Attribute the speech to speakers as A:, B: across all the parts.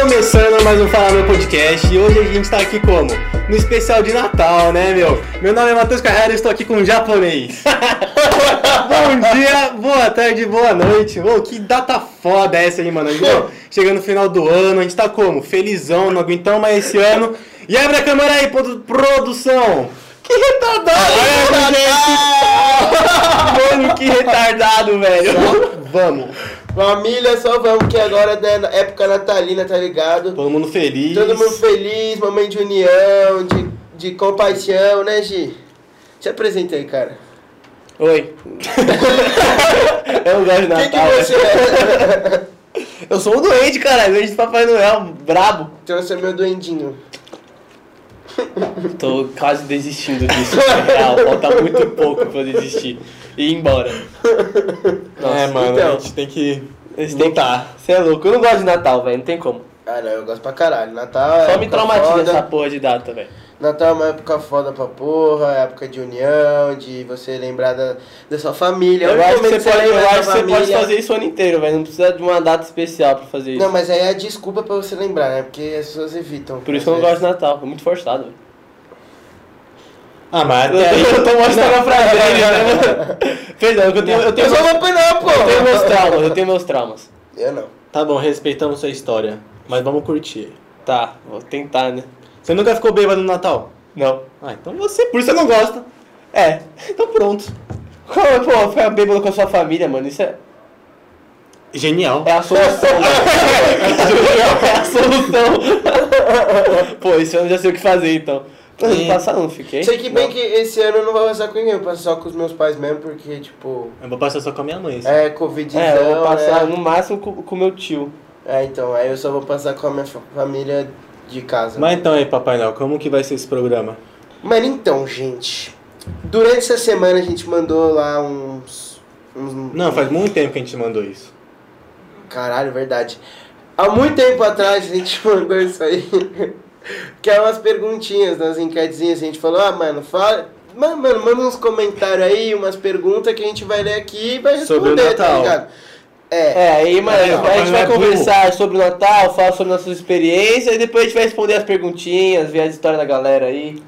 A: Começando mais um Falar Meu Podcast e hoje a gente tá aqui como? No especial de Natal, né, meu? Meu nome é Matheus Carrera e estou aqui com um japonês. Bom dia, boa tarde, boa noite. Ô, que data foda essa, hein, mano? A gente tá chegando no final do ano, a gente tá como? Felizão, não aguentamos mais esse ano. E abre a câmera aí, produ- produção!
B: Que retardado!
A: Olha, gente! Mano, que retardado, velho! Vamos!
B: Família, só vamos que agora é da época natalina, tá ligado?
A: Todo mundo feliz.
B: Todo mundo feliz, momento de união, de, de compaixão, né, Gi? Te apresentei, cara.
A: Oi. eu gosto É um de
B: O que, que
A: Natal. né?
B: você é?
A: Eu sou um doente, caralho. Doente de Papai Noel, brabo.
B: Então eu sou meu duendinho.
A: Tô quase desistindo disso. na real. Falta muito pouco pra eu desistir. E ir embora.
C: é, mano,
B: então.
C: a gente tem que.
A: Eles têm tá. Você é louco. Eu não gosto de Natal, velho. Não tem como.
B: Ah, não, eu gosto pra caralho. Natal é
A: Só me
B: época
A: traumatiza
B: foda.
A: essa porra de data, velho.
B: Natal é uma época foda pra porra, é época de união, de você lembrar da, da sua família. É o
A: Eu
B: único
A: acho que você
B: momento
A: pode, eu
B: lembra da
A: acho que você pode
B: família.
A: fazer isso o ano inteiro, velho. Não precisa de uma data especial pra fazer isso.
B: Não, mas aí é a desculpa pra você lembrar, né? Porque as pessoas evitam.
A: Por isso que eu não gosto de Natal. É muito forçado, velho.
C: Ah, mas
A: E
C: até aí.
A: aí eu tô mostrando pra ele, né? Perdão, eu tenho, eu tenho,
B: Eu
A: eu
B: sou uma pena,
A: tenho meus
B: pô!
A: traumas. Eu tenho meus traumas.
B: Eu não.
C: Tá bom, respeitamos sua história, mas vamos curtir.
A: Tá, vou tentar, né?
C: Você nunca ficou bêbado no Natal?
A: Não.
C: Ah, então você.
A: Por isso você não gosta. É, então pronto. é, Pô, ficar bêbado com a sua família, mano, isso é,
C: Genial.
A: é a solução. mano. é a solução. Pô, esse ano eu já sei o que fazer, então. Pô, ano
C: É.
A: passado eu não fiquei.
B: Sei que bem
A: Não.
B: que esse ano eu não vou passar com ninguém, eu vou passar só com os meus pais mesmo, porque, tipo,
C: Eu vou passar só com a minha mãe.
B: é Covidzão,
A: É, eu vou passar
B: né?
A: no máximo com, com meu tio.
B: É, então, aí eu só vou passar com a minha fa- família de casa.
C: Mas então aí, Papai Noel, como que vai ser esse programa?
B: Mano, então, gente, durante essa semana a gente mandou lá uns... uns
C: Não, faz muito tempo que a gente mandou isso.
B: Caralho, verdade. Há muito tempo atrás a gente mandou isso aí. Que é umas perguntinhas nas enquetezinhas. A gente falou, ah, mano, fala. Mano, mano, manda uns comentários aí, umas perguntas que a gente vai ler aqui e vai responder,
C: Sobre o
B: tá
C: Natal.
B: ligado? É.
A: É, aí, mano,
C: É,
A: a gente
C: papai
A: vai
C: não é
A: conversar sobre o Natal, falar sobre nossas experiências e depois a gente vai responder as perguntinhas, ver as histórias da galera aí.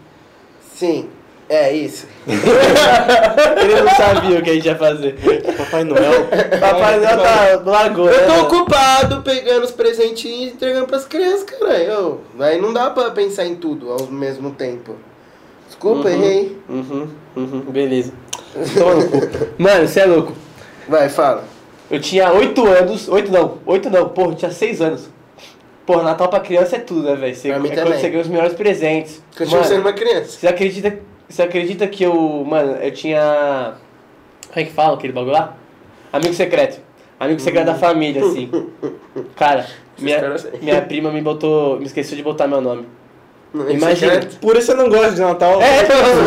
B: Sim, é isso.
A: Ele não sabia o que a gente ia fazer.
C: Papai Noel.
A: Papai Noel tá no lagoa.
B: Eu
A: né,
B: tô
A: mano?
B: ocupado pegando os presentinhos e entregando pras crianças, caralho. Ô, Aí não dá pra pensar em tudo ao mesmo tempo. Desculpa,
A: Uhum.
B: errei.
A: Uhum, uhum, beleza. Toma no cu. Mano, você é louco.
B: Vai, fala.
A: Eu tinha 8 anos. 8 não, 8 não, porra, eu tinha 6 anos. Porra, Natal pra criança é tudo, né, velho? Você- É
B: Pra mim
A: quando
B: também.
A: você ganha os melhores presentes.
B: Continua sendo
A: Mano,
B: uma criança.
A: você acredita, você acredita que eu. Mano, eu tinha. Como é que fala aquele bagulho lá? Amigo secreto. Amigo secreto da família, assim. Cara, minha,
B: caras-
A: minha prima me botou. Me esqueceu de botar meu nome.
B: Não é
A: Imagina.
B: secreto?
C: Por isso eu não gosto de Natal.
A: É,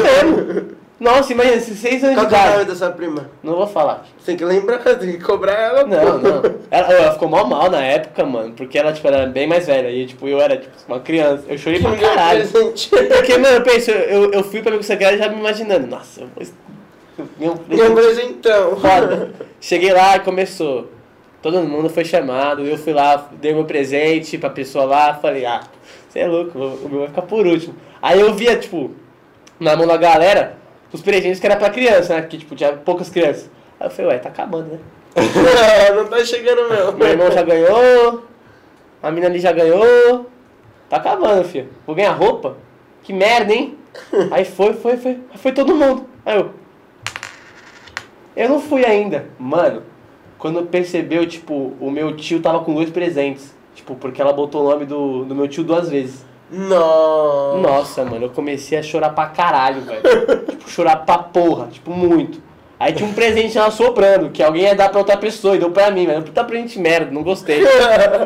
A: mesmo. Nossa, imagina, 6 anos
B: Qual
A: de
B: que é o
A: idade.
B: nome da sua prima?
A: Não vou falar.
B: Você tem que lembrar, tem que cobrar ela. pô.
A: Não, não. Ela, ela ficou mó mal na época, mano, porque ela, tipo, era bem mais velha. E, tipo, eu era, tipo, uma criança. Eu chorei
B: Que
A: pra
B: me deu um
A: caralho.
B: presente.
A: Porque, mano, eu penso, eu, eu fui pra Amigo Secreto já me imaginando. Nossa, eu vou... eu ganhei um
B: Meu
A: presente
B: presentão.
A: foda. Cheguei lá, começou. Todo mundo foi chamado, eu fui lá, dei meu presente pra pessoa lá, falei, ah, você é louco, o meu vai ficar por último. Aí eu via, tipo, na mão da galera, os presentes que era pra criança, né? Que, tipo, tinha poucas crianças. Aí eu falei, ué, tá acabando, né?
B: Não, não tá chegando, meu.
A: Meu irmão já ganhou, a mina ali já ganhou. Tá acabando, filho. Vou ganhar roupa? Que merda, hein? Aí foi, foi, foi. Aí Foi todo mundo. Aí eu. Eu não fui ainda. Mano, quando percebeu, tipo, o meu tio tava com dois presentes. Tipo, porque ela botou o nome do, do meu tio duas vezes.
B: Não.
A: Nossa, mano, eu comecei a chorar pra caralho, velho. tipo, chorar pra porra, tipo, muito. Aí tinha um presente lá sobrando, que alguém ia dar pra outra pessoa e deu pra mim, mas puta presente merda, não gostei.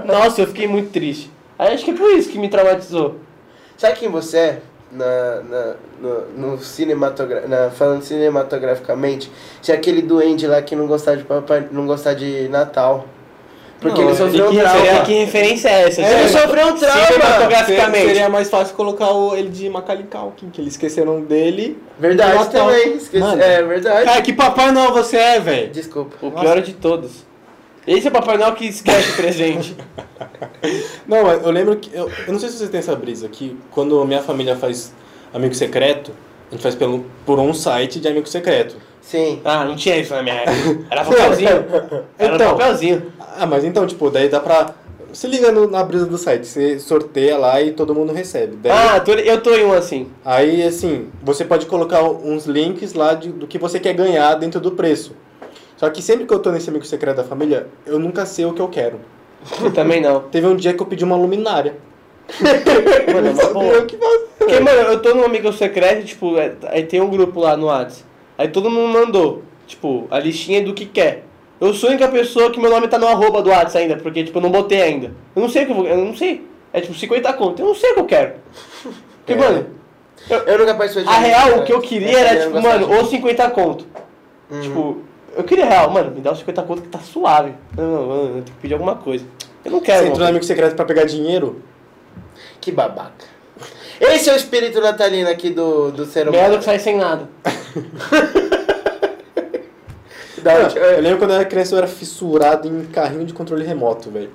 A: Nossa, eu fiquei muito triste. Aí acho que é por isso que me traumatizou.
B: Sabe quem você é? Na, na, no, no cinematogra... na- falando cinematograficamente, tinha aquele duende lá que não gostava de papai, não gostava de Natal. Porque
C: Não,
B: ele
C: e
B: sofreu um
C: que
B: trauma.
A: Será é que referência é essa?
C: É,
B: Ele sofreu um trauma.
A: Cinematograficamente.
C: Seria mais fácil colocar o, ele de Macaulay Culkin, que eles esqueceram dele.
B: Verdade
C: Natal.
B: também. Esqueci.
C: Mano.
B: É verdade.
C: Cara, que Papai Noel você é, velho?
B: Desculpa.
A: O pior de todos. Esse é o Papai Noel que esquece o presente.
C: Não, mas eu lembro que. Eu, eu não sei se vocês têm essa brisa, que quando minha família faz amigo secreto, a gente faz pelo, por um site de amigo secreto.
B: Sim.
A: Ah, não tinha isso na minha época. Era papelzinho. Era
C: Então.
A: papelzinho.
C: Ah, mas então, tipo, daí dá pra. Se liga no- na brisa do site, você sorteia lá e todo mundo recebe. Daí,
A: Ah, tô- eu tô em um assim.
C: Aí, assim, você pode colocar uns links lá de- do que você quer ganhar dentro do preço. Só que sempre que eu tô nesse amigo secreto da família, eu nunca sei o que eu quero.
A: Eu também não.
C: Teve um dia que eu pedi uma luminária.
A: Mano, é
C: Eu não
A: uma
C: sabia
A: boa.
C: o que fazer.
A: Porque, mano, eu tô num amigo secreto, tipo, é- aí tem um grupo lá no WhatsApp. Aí todo mundo mandou, tipo, a listinha do que quer. Eu sou a única pessoa que meu nome tá no arroba do WhatsApp ainda, porque, tipo, eu não botei ainda. Eu não sei o que eu vou. Eu não sei. É tipo 50 conto. Eu não sei o que eu quero. Porque,
C: É.
A: mano,
B: Eu nunca participei de
A: a
B: amigo
A: real,
B: secreto.
A: o
C: né?
A: que eu queria
B: Essa
A: era,
B: eu
A: tipo,
B: não gostava
A: mano, ou 50 conto.
B: de- Uhum.
A: Tipo, eu queria real, mano, me dá os 50 conto que tá suave. Não, não, mano, eu tenho que pedir alguma coisa. Eu não quero.
C: Você entrou no
A: mano.
C: amigo secreto pra pegar dinheiro?
B: Que babaca. Esse é o espírito natalino aqui do, do ser humano.
A: Merda que sai sem nada.
B: Da
C: Não,
B: última-
C: eu lembro quando eu era criança eu era fissurado em carrinho de controle remoto, velho.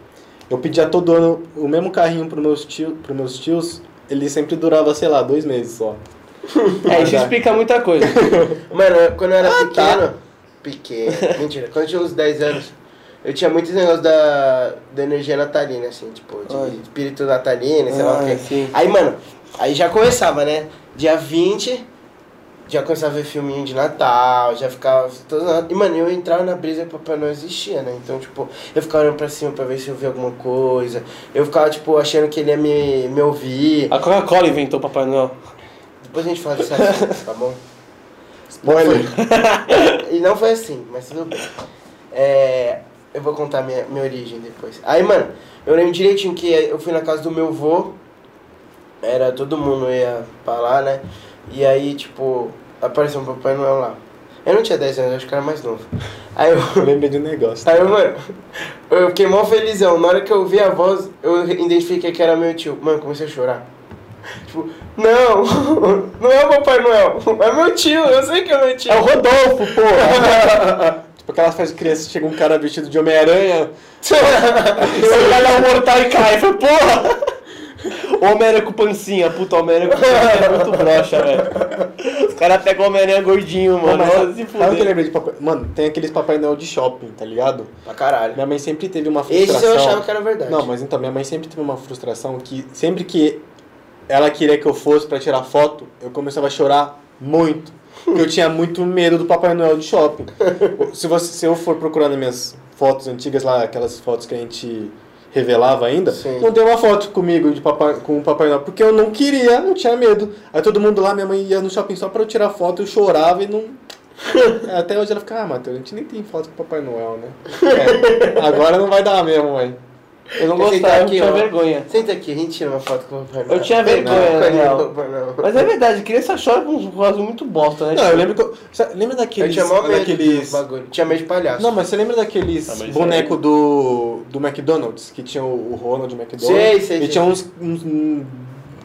C: Eu pedia todo ano o mesmo carrinho pros meus, tio, pros meus tios, ele sempre durava, sei lá, dois meses só.
A: É, isso
C: Verdade.
A: explica muita coisa.
B: Mano, eu- quando eu era
A: Ah,
C: tá.
B: pequeno. Pequeno. Mentira, quando eu tinha uns 10 anos, eu tinha muitos negócios da, da energia natalina, assim, tipo, de
A: Ai.
B: espírito natalino, sei lá o
A: Ai,
B: quê.
A: sim.
B: Aí, mano, aí já começava, né? Dia 20, já começava a ver filminho de Natal, já ficava. Todo... E, mano, eu entrava na brisa e o Papai não existia, né? Então, tipo, eu ficava olhando pra cima pra ver se eu via alguma coisa. Eu ficava, tipo, achando que ele ia me, me ouvir.
A: A Coca-Cola inventou o Papai Noel.
B: Depois a gente fala disso assunto, tá bom?
C: Spoiler!
B: E não foi assim, mas tudo bem. É, eu vou contar minha, minha origem depois. Aí, mano, eu lembro direitinho que eu fui na casa do meu vô. Era todo mundo ia pra lá, né? E aí, tipo, apareceu um Papai Noel lá. Eu não tinha 10 anos, eu acho que era mais novo. Aí eu.
C: Eu lembrei de um negócio.
B: Aí, mano, eu fiquei mó felizão. Na hora que eu ouvi a voz, eu identifiquei que era meu tio. Mano, comecei a chorar. Tipo, não, não é o Papai Noel, é meu tio, eu sei que é meu tio.
C: É o Rodolfo, pô! tipo aquelas faz criança, chega um cara vestido de Homem-Aranha,
A: Você vai dar um mortal e cai. Eu falei, porra! Homem-Aranha com pancinha, puta, Homem-Aranha com pancinha é muito broxa, velho. Os caras pegam o Homem-Aranha gordinho, mano.
C: Mano, mas
A: Nossa,
C: sabe,
B: assim,
A: se
C: sabe o que eu
A: fuder.
C: lembrei de papai? Mano, tem aqueles Papai Noel de shopping, tá ligado?
B: Pra caralho.
C: Minha mãe sempre teve uma frustração.
B: Esse eu achava que era verdade.
C: Não, mas então, minha mãe sempre teve uma frustração que sempre que ela queria que eu fosse pra tirar foto, eu começava a chorar muito. Porque eu tinha muito medo do Papai Noel de shopping. se, você, se eu for procurando minhas fotos antigas lá, aquelas fotos que a gente revelava ainda,
B: Sim.
C: não deu uma foto comigo de papai, com o Papai Noel, porque eu não queria, não tinha medo. Aí todo mundo lá, minha mãe ia no shopping só pra eu tirar foto, eu chorava e não. Até hoje ela fica, ah, Matheus, a gente nem tem foto com o Papai Noel, né? É, agora não vai dar mesmo, mãe.
A: Eu não
B: Tem que
A: gostava,
B: sentar
A: eu
B: aqui,
A: tinha
B: ó.
A: é vergonha.
B: Senta aqui, a gente tira uma foto com o Papai Noel.
A: Eu tinha vergonha,
B: Não,
A: na
B: com ele,
A: real.
B: com o Papai Noel.
A: Mas é verdade, criança chora com uns rosas muito bosta, né?
C: Não, eu lembro que. eu- sa- Lembra
B: Eu
C: daqueles.
B: tinha mó medo
C: daqueles
B: daqueles... bagulho. Tinha medo de palhaço.
C: não, mas é. você lembra daqueles
A: Ah, mas isso aí-
C: boneco do, do McDonald's? Que tinha o o Ronald McDonald?
B: Sei, sei,
C: E
B: sei.
C: tinha uns, uns- um-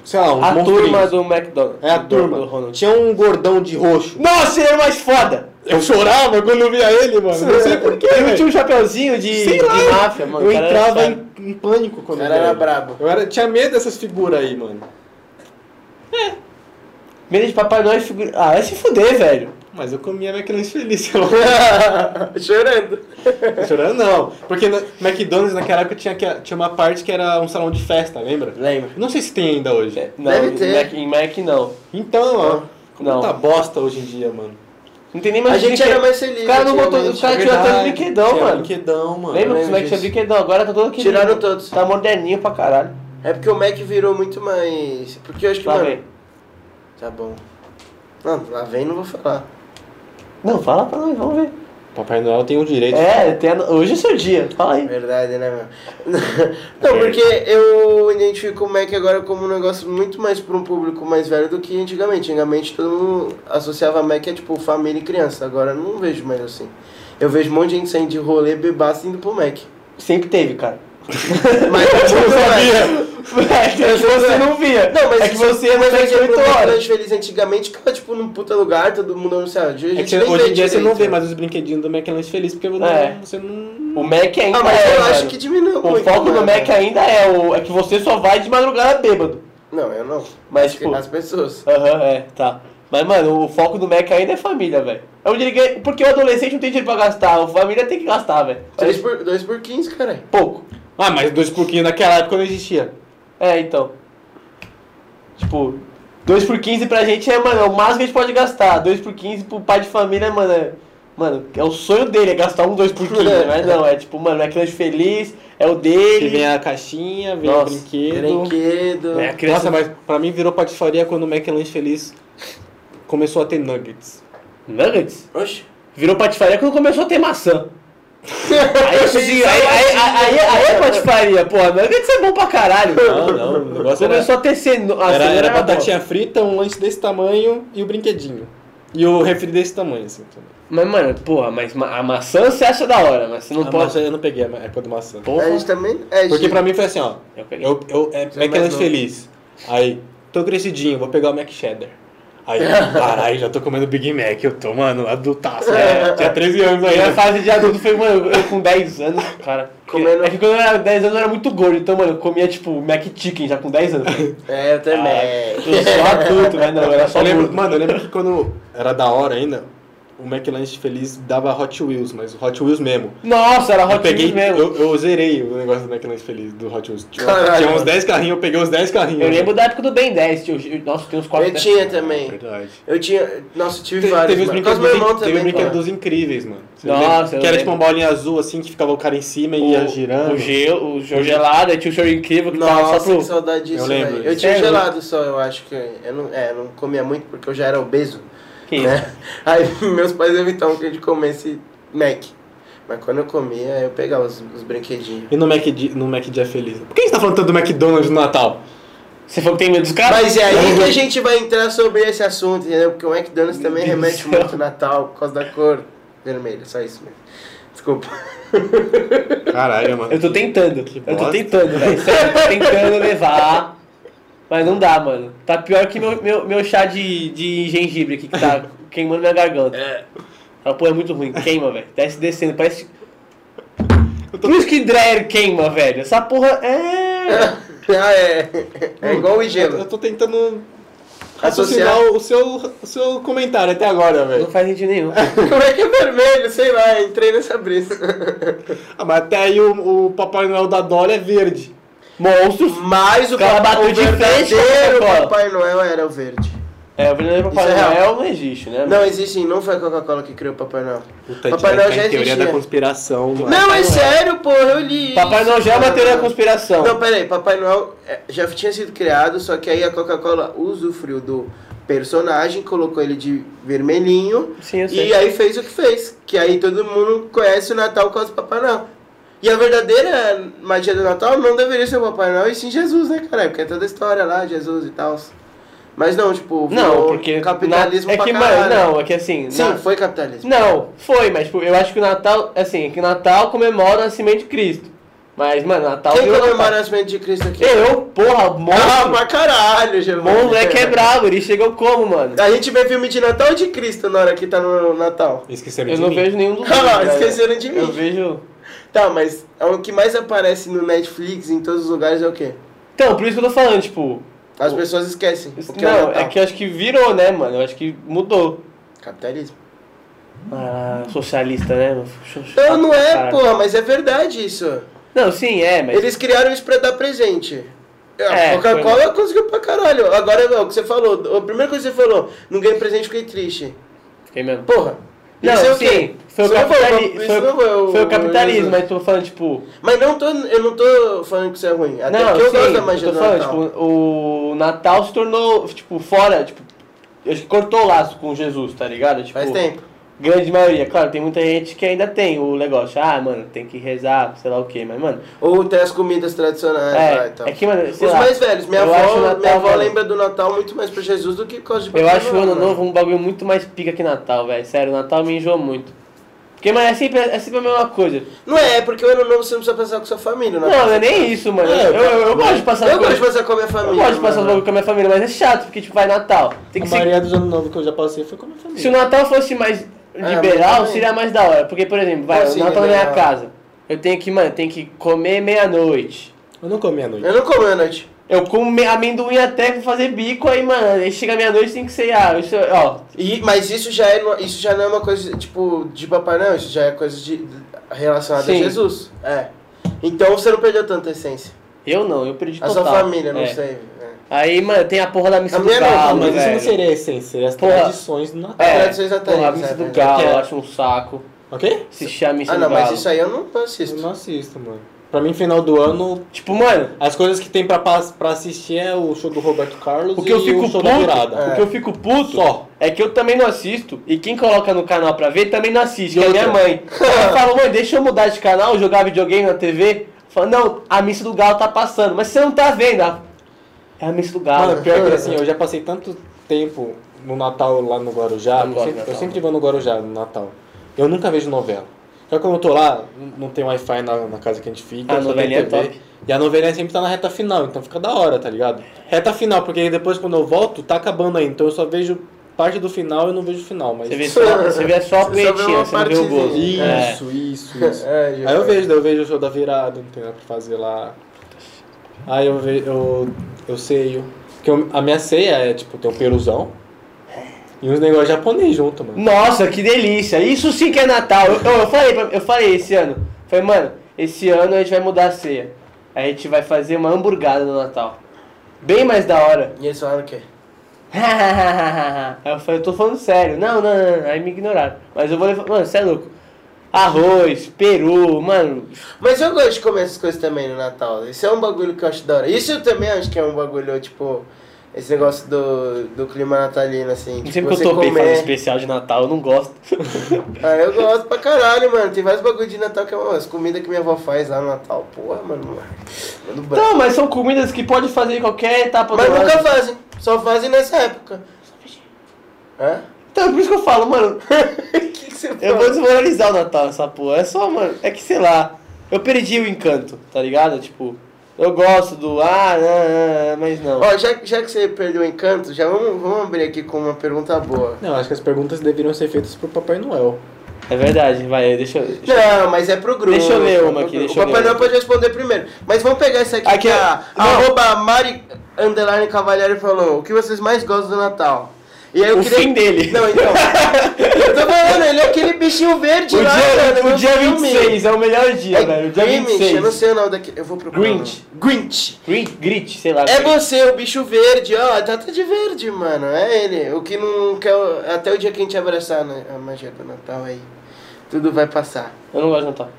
C: Sei lá, uns
A: A
C: monstrinhos.
A: turma do McDonald's.
C: É a
A: do-
C: turma.
A: do Ronald.
C: Tinha um gordão de roxo.
A: Nossa, ele era o mais foda!
C: Eu chorava quando eu via ele, mano. Não sei porquê.
A: Ele tinha um chapeuzinho de,
C: Sei
A: de
C: lá.
A: máfia, mano.
C: Eu
A: o cara era
C: entrava
A: foda.
C: um em, em pânico
B: O
C: quando
B: cara
C: eu via
B: era
C: ele.
B: brabo.
C: Eu era, tinha medo dessas figuras aí, mano.
A: Medo de Papai Noel e figura. Ah, vai se fuder, velho.
C: Mas eu comia McDonald's feliz. eu-
B: Chorando.
C: Chorando não. Porque no McDonald's naquela época tinha, que- tinha uma parte que era um salão de festa, lembra?
B: Lembra?
C: Não sei se tem ainda hoje.
A: Não,
B: Deve
A: em
B: ter.
A: Mac- em Mac não.
C: Então, ó. Como
A: Não.
C: tá bosta hoje em dia, mano. É
A: Não tem nem mais
B: A gente
A: brinquedo.
B: era mais feliz.
A: O cara não botou.
B: antigamente.
A: O cara tirou até o brinquedão,
C: Tinha
A: mano.
C: Brinquedão, mano.
A: Lembra é
C: É
A: que os
B: lembro
A: moleques tinham
B: disso.
A: brinquedão? Agora tá todo aqui.
B: Tiraram todos.
A: Tá moderninho pra caralho.
B: É porque o Mac virou muito mais. Porque eu acho que,
A: Lá
B: mano.
A: vem.
B: Tá bom. Não, lá vem não vou falar.
A: Não, fala pra nós, vamos ver.
C: Papai Noel tem o direito.
A: É, tem a- hoje é seu dia. Fala aí.
B: Verdade, né, mano? Não,
A: É.
B: porque eu identifico o Mac agora como um negócio muito mais pra um público mais velho do que antigamente. Antigamente todo mundo associava Mac a tipo família e criança. Agora eu não vejo mais assim. Eu vejo um monte de gente saindo de rolê bebaça e indo pro Mac.
A: Sempre teve, cara.
B: Mas é muito mais.
A: É que você não via.
B: Não, mas
A: é que
B: isso-
A: você
B: mas
A: não
B: é que
A: tinha 8
B: o
A: horas.
B: Feliz feliz antigamente ficava tipo num puta lugar, todo mundo anunciava. Hoje, a
C: É
B: gente
C: que
B: nem
C: hoje em dia você
B: direito,
C: não vê
B: né?
C: mais os brinquedinhos do McLanche Feliz, porque não-
A: É.
C: você não.
A: O Mac ainda
B: Ah, mas
A: é,
B: eu acho
A: mano.
B: que diminuiu
A: O
B: muito, né?
A: foco do
B: mano.
A: Mac ainda é o. É que você só vai de madrugada bêbado.
B: Não, eu não.
A: Mas, tipo.
B: As pessoas.
A: Aham, é, tá. Mas, mano, o foco do Mac ainda é família, velho. Eu diria porque o adolescente não tem dinheiro pra gastar, a família tem que gastar, velho.
B: 2
A: Parece
B: por, dois por 15, caralho.
A: pouco.
C: Ah, mas dois porquinhos naquela época não existia.
A: É, então. Tipo, 2 por 15 pra gente é, mano, é o máximo que a gente pode gastar. 2 por 15 pro pai de família, mano, é. Mano, é o sonho dele, é gastar um 2 por 15, mas não, é tipo, mano, é criança feliz, é o
C: Que vem
A: dele.
C: a caixinha, vem
A: Nossa,
C: o brinquedo.
B: Brinquedo.
D: É, a criança
C: Nossa, mas pra mim virou patifaria quando o McLanche Feliz começou a ter nuggets.
A: Nuggets?
B: Oxi.
A: Virou patifaria quando começou a ter maçã. Aí, sim, aí, aí, aí, aí, é patifaria, pô, nuggets é bom pra caralho.
C: Não, não, o negócio era,
A: Começou a ter cenoura.
C: era, era batatinha frita, um lanche desse tamanho e o brinquedinho. E o refri desse tamanho, assim. também.
A: Mas, mano, porra, mas ma- a maçã você acha da hora, mas você não
C: A
A: pode.
C: maçã Ah, é eu não peguei a época do maçã.
A: Porra.
B: A gente também. É,
C: Porque
B: gente,
C: pra mim foi assim, ó.
A: Eu peguei.
C: Eu, eu, é
B: Você é mais
C: McLanche
B: novo.
C: Feliz. Aí, tô crescidinho, vou pegar o Mac Cheddar. Aí, caralho, já tô comendo Big Mac. Eu tô, mano, adultaço. né? Tinha 13 anos
A: Aí é a
C: ainda.
A: fase de adulto foi, mano, eu com 10 anos, cara.
B: Comendo-
A: É que quando eu era 10 anos eu era muito gordo, então, mano, eu comia tipo Mac Chicken já com 10 anos. Eu
B: É, eu também.
A: sou só adulto, mas não, eu era só
C: Eu lembro,
A: gordo.
C: mano, eu lembro que quando era da hora ainda, o McLanche Feliz dava Hot Wheels, mas o Hot Wheels mesmo.
A: Nossa, era
C: Eu
A: hot
C: peguei,
A: peguei mesmo. Eu...
C: eu, eu zerei o negócio do McLanche Feliz, do Hot Wheels. Tinha-
B: Caralho,
C: tinha uns
B: mano.
C: 10 carrinhos, eu peguei os 10 carrinhos.
A: lembro da época do Ben 10, tio. eu- Nossa, tem uns 4
B: Eu tinha
C: É
B: também.
C: Verdade.
B: Eu tinha. Nossa, eu tive
C: Teve,
B: vários.
C: teve os
B: mano. Mas
C: brinquedos,
B: meu irmão
C: dos, teve o
B: também.
C: brinquedo
B: pô.
C: dos incríveis, mano. Você
A: Nossa,
C: lembra?
A: eu
C: Que era
A: lembro.
C: tipo uma bolinha azul assim que ficava o cara em cima e ia girando.
A: O gelo, o gelo gelado, aí tinha o show incrível que tava
B: Nossa,
A: só
B: que
A: pro.
B: saudade disso,
C: Eu lembro.
B: velho. Eu tinha
A: É, eu-
B: gelado só, eu acho que. Eu não, é, eu não comia muito porque eu já era obeso.
A: Que isso?
B: né? Aí meus pais evitavam que a gente comesse Mac. Mas quando eu comia, eu pegava os, os brinquedinhos.
C: E no Mac, Di- no Mac Dia Feliz. Por que a gente tá falando tanto do McDonald's no Natal?
A: Você falou que tem medo dos caras?
B: Mas é aí que a gente vai entrar sobre esse assunto, entendeu? Porque o McDonald's também
A: Deus
B: remete
A: do céu.
B: muito ao Natal por causa da cor vermelha, só isso mesmo. Desculpa.
C: Caralho, mano.
A: Eu tô tentando. Eu tô
C: bosta.
A: tentando, velho. Sério, tô tentando levar. Mas não dá, mano. Tá pior que meu, meu, meu chá de, de gengibre aqui, que tá queimando minha garganta. É. pô, é muito ruim. Queima, velho. Desce descendo. Parece. Por isso que Dreyer queima, velho. Essa porra é.
B: Ah, é. É igual o
C: Eu
B: gelo.
C: tô tentando
B: Associar.
C: raciocinar o seu, o seu comentário até agora,
A: Não
B: É.
C: velho.
A: faz sentido nenhum.
B: Como é que é vermelho? Sei lá, entrei nessa brisa.
C: Ah, mas até aí o, o Papai Noel da Dolly é verde.
A: Monstros.
B: Mas o,
A: Cara,
B: papai,
A: bateu
B: o
A: de frente com a
B: verdadeiro
A: Coca-Cola.
B: Papai Noel era o verde.
A: É, o verdadeiro Papai
B: Isso é
A: Noel
B: real.
A: não existe, né?
B: Não,
A: mano?
B: existe, não foi a Coca-Cola que criou o Papai Noel.
C: Puta,
B: Papai
C: tá-
B: Noel
C: tá
B: já
C: em teoria
B: existia.
C: da conspiração, mano.
B: Não,
A: Noel.
B: é sério, pô, eu li.
A: Papai
B: isso,
A: Noel já é uma
B: cara.
A: teoria da conspiração.
B: Não, pera aí, Papai Noel é, já tinha sido criado, só que aí a Coca-Cola usufruiu do personagem, colocou ele de vermelhinho
A: Sim, eu sei.
B: e é aí fez o que fez. Que aí todo mundo conhece o Natal por causa do Papai Noel. E a verdadeira magia do Natal não deveria ser o Papai Noel e sim Jesus, né, caralho? Porque é toda a história lá, Jesus e tal. Mas não, tipo,
A: Não,
B: virou
A: porque.
B: capitalismo
A: na- É
B: pra
A: que,
B: caralho.
A: mano, não, é que assim.
B: Sim,
A: na-
B: foi capitalismo.
A: Não, foi, mas tipo, eu acho que o Natal, assim, é que o Natal comemora o nascimento de Cristo. Mas, mano, Natal
B: Quem
A: virou
B: comemora o
A: Natal.
B: nascimento de Cristo aqui?
A: Eu, porra, monstro.
B: Ah, pra caralho, Giovanni.
A: Bom, moleque é brabo, ele chegou como, mano?
B: A gente vê filme de Natal ou de Cristo na hora que tá no Natal?
C: Esqueceram
A: Eu
C: de
A: não
C: mim.
A: vejo nenhum dos dois,
B: Ah,
A: velho.
B: esqueceram de
A: Eu
B: mim.
A: vejo.
B: Tá, mas o que mais aparece no Netflix em todos os lugares é o quê?
A: Então, por isso que eu tô falando, tipo.
B: As
A: O-
B: pessoas esquecem. O que é o
A: não,
B: Natal.
A: é que eu acho que virou, né, mano? Eu acho que mudou.
B: Capitalismo.
A: Ah, socialista, né?
B: Não, não é,
A: Caralho.
B: porra, mas é verdade isso.
A: Não, sim, é, mas.
B: Eles criaram isso pra dar presente.
A: É,
B: A Coca-Cola conseguiu pra caralho. Agora é o que você falou. A primeira coisa que você falou, não ganhei presente, fiquei triste.
A: Fiquei mesmo.
B: Porra.
A: Não,
B: isso é o
A: sim,
B: quê?
A: foi o
B: Isso não foi o-
A: capitalismo.
B: isso
A: Foi,
B: não é foi o-
A: foi o capitalismo,
B: Jesus.
A: mas tô falando, tipo.
B: é Mas não tô, eu não tô falando que isso é ruim. Até porque eu
A: sim,
B: gosto da magia
A: eu tô
B: do
A: falando,
B: Natal.
A: tipo, o Natal se tornou, tipo, fora, tipo, acho que cortou o laço com Jesus, tá ligado? Tipo,
B: Faz tempo.
A: Grande maioria, claro, tem muita gente que ainda tem o negócio, ah, mano, tem que rezar, sei lá o quê, mas, mano,
B: Ou tem as comidas tradicionais lá e
A: é,
B: tal.
A: é que, mano, sei
B: Os
A: lá,
B: mais velhos, minha
A: eu acho o
B: avó,
A: Natal,
B: minha avó
A: mano,
B: lembra do Natal muito mais pra Jesus do que por causa de
A: Eu
B: Papai
A: acho o
B: Noel,
A: Ano
B: né?
A: um
B: mano.
A: Novo um bagulho muito mais pica que Natal, velho, sério, o Natal me enjoa muito. Porque, mano, é sempre, é sempre a mesma coisa.
B: Não é, é porque o ano novo você não precisa passar com sua família,
A: Não, não é nem isso, mano.
B: É,
A: eu, eu, eu gosto de passar
B: Eu gosto
A: coisa-
B: de passar com a minha família.
A: Eu gosto de passar os
B: mano.
A: bagulho com a minha família, mas é chato, porque, tipo, vai Natal. Tem
C: A
A: que ser
C: maioria dos anos novos que eu já passei foi com a minha
A: Se o
C: família.
A: Natal fosse mais
B: É, mas
A: liberal,
B: também.
A: seria mais da hora. Porque, por exemplo, vai,
B: Assim,
A: o Natal na minha
B: liberal.
A: casa. Eu tenho que, mano, tenho que comer meia-noite.
C: Eu não comi à noite.
B: Eu não como à noite.
A: Eu como me- amendoim até pra fazer bico, aí, mano, aí chega meia-noite tem que ser, ah, isso, ó.
B: E, mas isso já, é, no- isso já não é uma coisa, tipo, de papai não, isso já é coisa de, de- relacionada a
A: Sim.
B: Jesus. É. Então você não perdeu tanta essência.
A: Eu não, eu perdi
B: A
A: total.
B: sua família, não
A: É.
B: sei. é.
A: Aí, mano, tem a porra da missa
B: A
A: do
B: minha não,
A: galo,
C: Ah, Mas isso não
A: velho.
C: seria a essência, seria as
A: Porra.
C: tradições do Natal.
B: As
A: É,
B: tradições natalinas,
A: porra, a missa
B: é,
A: do
B: né?
A: galo,
C: É.
A: eu acho um saco.
C: Ok?
A: Assistir a missa
B: Ah,
A: do
B: não,
A: galo.
B: mas isso aí eu não não
C: Eu
B: assisto.
C: não assisto, mano. Pra mim, final do ano,
A: Tipo, mano,
C: as coisas que tem pra, pas- pra assistir é o show do Roberto Carlos
A: o
C: e
A: que eu fico
C: o show
A: puto,
C: da virada.
A: o que eu fico puto
C: Só.
A: é que eu também não assisto e quem coloca no canal pra ver também não assiste, que é
C: outra.
A: minha mãe. Ela fala, mãe, deixa eu mudar de canal, jogar videogame na TV. Fala, não, a missa do galo tá passando, mas você não tá vendo. Ela, É a missa do galo.
C: Mano, pior que assim, eu já passei tanto tempo no Natal lá no Guarujá,
A: Eu não
C: eu
A: gosto
C: sempre,
A: de Natal,
C: eu sempre vou no Guarujá no Natal. Eu nunca vejo novela. Só que quando eu tô lá, n- não tem Wi-Fi na, na casa que a gente fica,
A: A
C: só tem
A: novelinha é top.
C: E a novelinha sempre tá na reta final, então fica da hora, tá ligado? Reta final, porque aí depois quando eu volto, tá acabando aí, então eu só vejo parte do final e não vejo o final, mas.
A: Você vê só, você vê só a
B: Você só vê
A: punhetinha,
B: uma
A: você não vê o golo.
B: partezinha.
A: É.
C: Isso, isso, isso.
B: É, já
C: Aí eu
B: foi.
C: vejo, daí eu vejo o show da virada, não tem nada pra fazer lá. Aí eu vejo, eu, eu ceio. Porque eu- a minha ceia é, tipo, tem um peruzão e uns negócios japonês junto, mano.
A: Nossa, que delícia! Isso sim que é Natal! Eu, eu, eu falei, pra- eu falei esse ano. Falei, mano, esse ano a gente vai mudar a ceia. A gente vai fazer uma hamburgada no Natal. Bem mais da hora.
B: E eles falaram o quê?
A: Aí eu falei, eu tô falando sério. Não, não, não, não. Aí me ignoraram. Mas eu vou levar. Mano, você é louco. Arroz, peru, mano.
B: Mas eu gosto de comer essas coisas também no Natal. Isso é um bagulho que eu acho da hora. Isso eu também acho que é um bagulho, tipo, esse negócio do, do clima natalino, assim. tipo,
A: Sempre que
B: você
A: eu tô bem fazendo
B: comer.
A: especial de Natal, eu não gosto.
B: Ah, eu gosto pra caralho, mano. Tem vários bagulho de Natal que é uma as comida que minha avó faz lá no Natal. Porra, mano. Mano, branco.
A: Não, mas são comidas que pode fazer em qualquer etapa
B: Mas
A: do ano.
B: nunca fazem. Só fazem nessa época. Hã?
A: Então é por isso que eu falo, mano.
B: O que, que você
A: Eu vou
B: fala?
A: desmoralizar o Natal nessa porra. É só, mano, é que sei lá. Eu perdi o encanto, tá ligado? Tipo, eu gosto do. Ah, ah, ah, mas não.
B: Ó, já, já que você perdeu o encanto, já vamos, vamos abrir aqui com uma pergunta boa.
C: Não, acho que as perguntas deveriam ser feitas pro Papai Noel.
A: É verdade, vai, deixa eu. deixa eu-
B: Não, mas é pro grupo.
A: Deixa eu ler uma
B: É pro
A: aqui,
B: grupo.
A: deixa
B: O
A: eu ler
B: Papai Noel
A: uma.
B: pode responder primeiro. Mas vamos pegar essa aqui.
A: Aqui, é-
B: que a,
A: não.
B: arroba Mari Underline Cavalieri falou: O que vocês mais gostam do Natal? E aí eu
A: O
B: queria...
A: fim dele.
B: Não, então. eu tô falando, ele é aquele bichinho verde
A: O
B: lá.
A: dia,
B: mano,
A: o
B: no
A: dia
B: filme.
A: 26 é o melhor dia,
B: É
A: velho. O dia
B: Grinch, eu não
A: 26.
B: sei o nome daqui. Eu vou procurar.
A: Grinch.
B: Grinch.
A: Grinch, Grinch, sei lá.
B: É você, o bicho verde, ó, tá até de verde, mano, é ele. O que não quer, até o dia que a gente abraçar né, a magia do Natal aí, tudo vai passar.
A: Eu não gosto de Natal.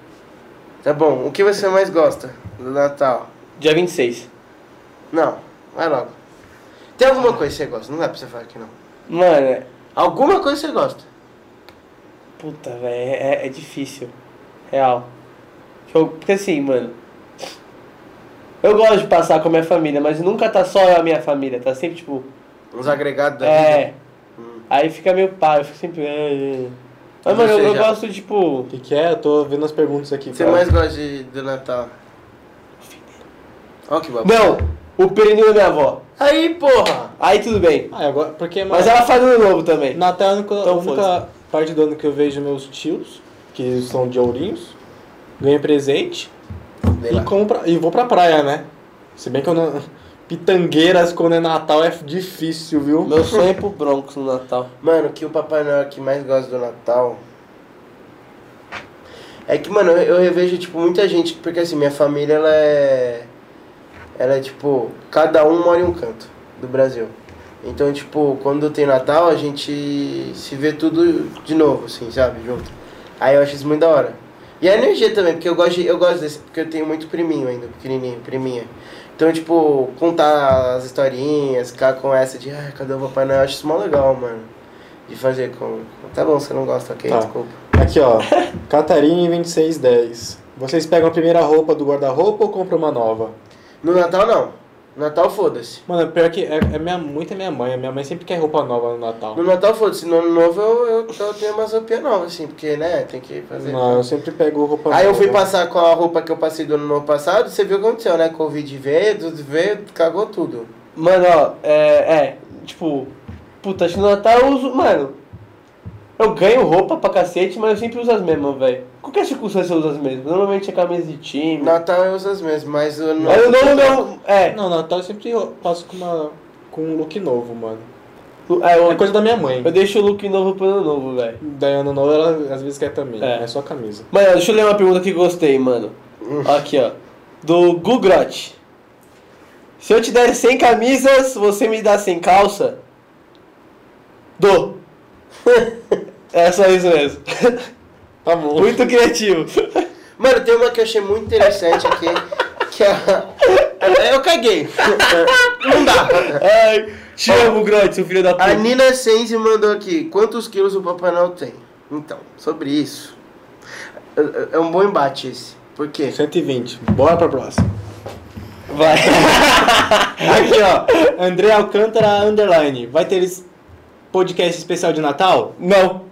B: Tá bom, o que você mais gosta do Natal?
A: Dia 26.
B: Não, vai logo. Tem alguma coisa que você gosta, não dá pra você falar que não.
A: Mano, é-
B: Alguma coisa você gosta.
A: puta, velho, é, é difícil. Real. Deixa eu- Porque assim, mano. Eu gosto de passar com a minha família, mas nunca tá só a minha família, tá sempre tipo.
B: Uns agregados da vida.
A: É.
B: Hum.
A: Aí fica meio pá, eu fico sempre. "Ah, ah, ah." Mas,
B: Não
A: mano, eu,
B: sei
A: eu
B: já.
A: gosto, tipo.
C: O que, que é? Eu tô vendo as perguntas aqui.
B: Você
C: cara.
B: mais gosta de, do Natal? Ó que babado.
A: Não! O pernil da minha avó.
B: Aí, porra!
A: Aí tudo bem.
C: Ah, agora, porque
A: Mas ela faz no novo também.
C: Natal é a única, a
A: Então
C: única parte do ano que eu vejo meus tios, que são de ourinhos, ganho presente.
B: Sei lá.
C: E, compra, e vou pra praia, né? Se bem que eu não. Pitangueiras quando é Natal é difícil, viu?
A: Meu sonho é pro Bronx no Natal.
B: Mano, o que o Papai Noel que mais gosta do Natal. É que, mano, eu eu revejo, tipo, muita gente, porque assim, minha família, ela é. Ela é tipo, cada um mora em um canto do Brasil. Então, tipo, quando tem Natal, a gente se vê tudo de novo, assim, sabe, junto. Aí eu acho isso muito da hora. E a energia também, porque eu gosto, de- eu gosto desse, porque eu tenho muito priminho ainda, pequenininho, priminha. Então, tipo, contar as historinhas, ficar com essa de, ah, cadê o Papai Noel? Eu acho isso mó legal, mano. De fazer com. Tá bom, você não gosta, ok?
C: Tá.
B: Desculpa.
C: Aqui, ó. Catarine 2610. Vocês pegam a primeira roupa do guarda-roupa ou compram uma nova?
B: No Natal, não. Natal, foda-se.
C: Mano, pior que é, é minha, muito é minha mãe. Minha mãe sempre quer roupa nova no Natal.
B: No Natal, foda-se. No ano novo eu, eu, eu tenho umas roupinhas novas, assim, porque, né, tem que fazer.
C: Não, eu sempre pego roupa
B: Aí eu
C: nova.
B: fui passar com a roupa que eu passei do ano novo passado, você viu o que aconteceu, né? Covid veio, tudo veio, cagou tudo.
A: Mano, ó, é, é, tipo, puta, acho que no Natal eu uso, mano, eu ganho roupa pra cacete, mas eu sempre uso as mesmas, velho. Qualquer circunstância eu uso as mesmas, normalmente é camisa de time.
B: Natal eu uso as mesmas, mas o ano
A: Mas eu não, não, é,
C: Não, Natal eu sempre passo com, uma, com um look novo, mano.
A: é, eu,
C: É coisa da minha mãe.
A: eu deixo o look novo pro ano novo, velho.
C: Daí ano novo ela às vezes quer também.
A: É.
C: É, só camisa.
A: Mano, deixa eu ler uma pergunta que gostei, mano. Aqui, ó. Do Gugrot. Se eu te der 100 camisas, você me dá 100 calça? Dou. é só isso mesmo.
C: Tá bom.
A: Muito criativo.
B: Mano, tem uma que eu achei muito interessante aqui, que é... Eu caguei. Não dá.
A: Ai, te amo, Gugrot, seu filho da puta.
B: A Nina Sense mandou aqui, quantos quilos o Papai Noel tem? Então, sobre isso. É- É um bom embate esse. Por quê?
C: 120. Bora pra próxima.
A: Vai.
C: Aqui, ó. André Alcântara Underline. Vai ter esse podcast especial de Natal?
A: Não.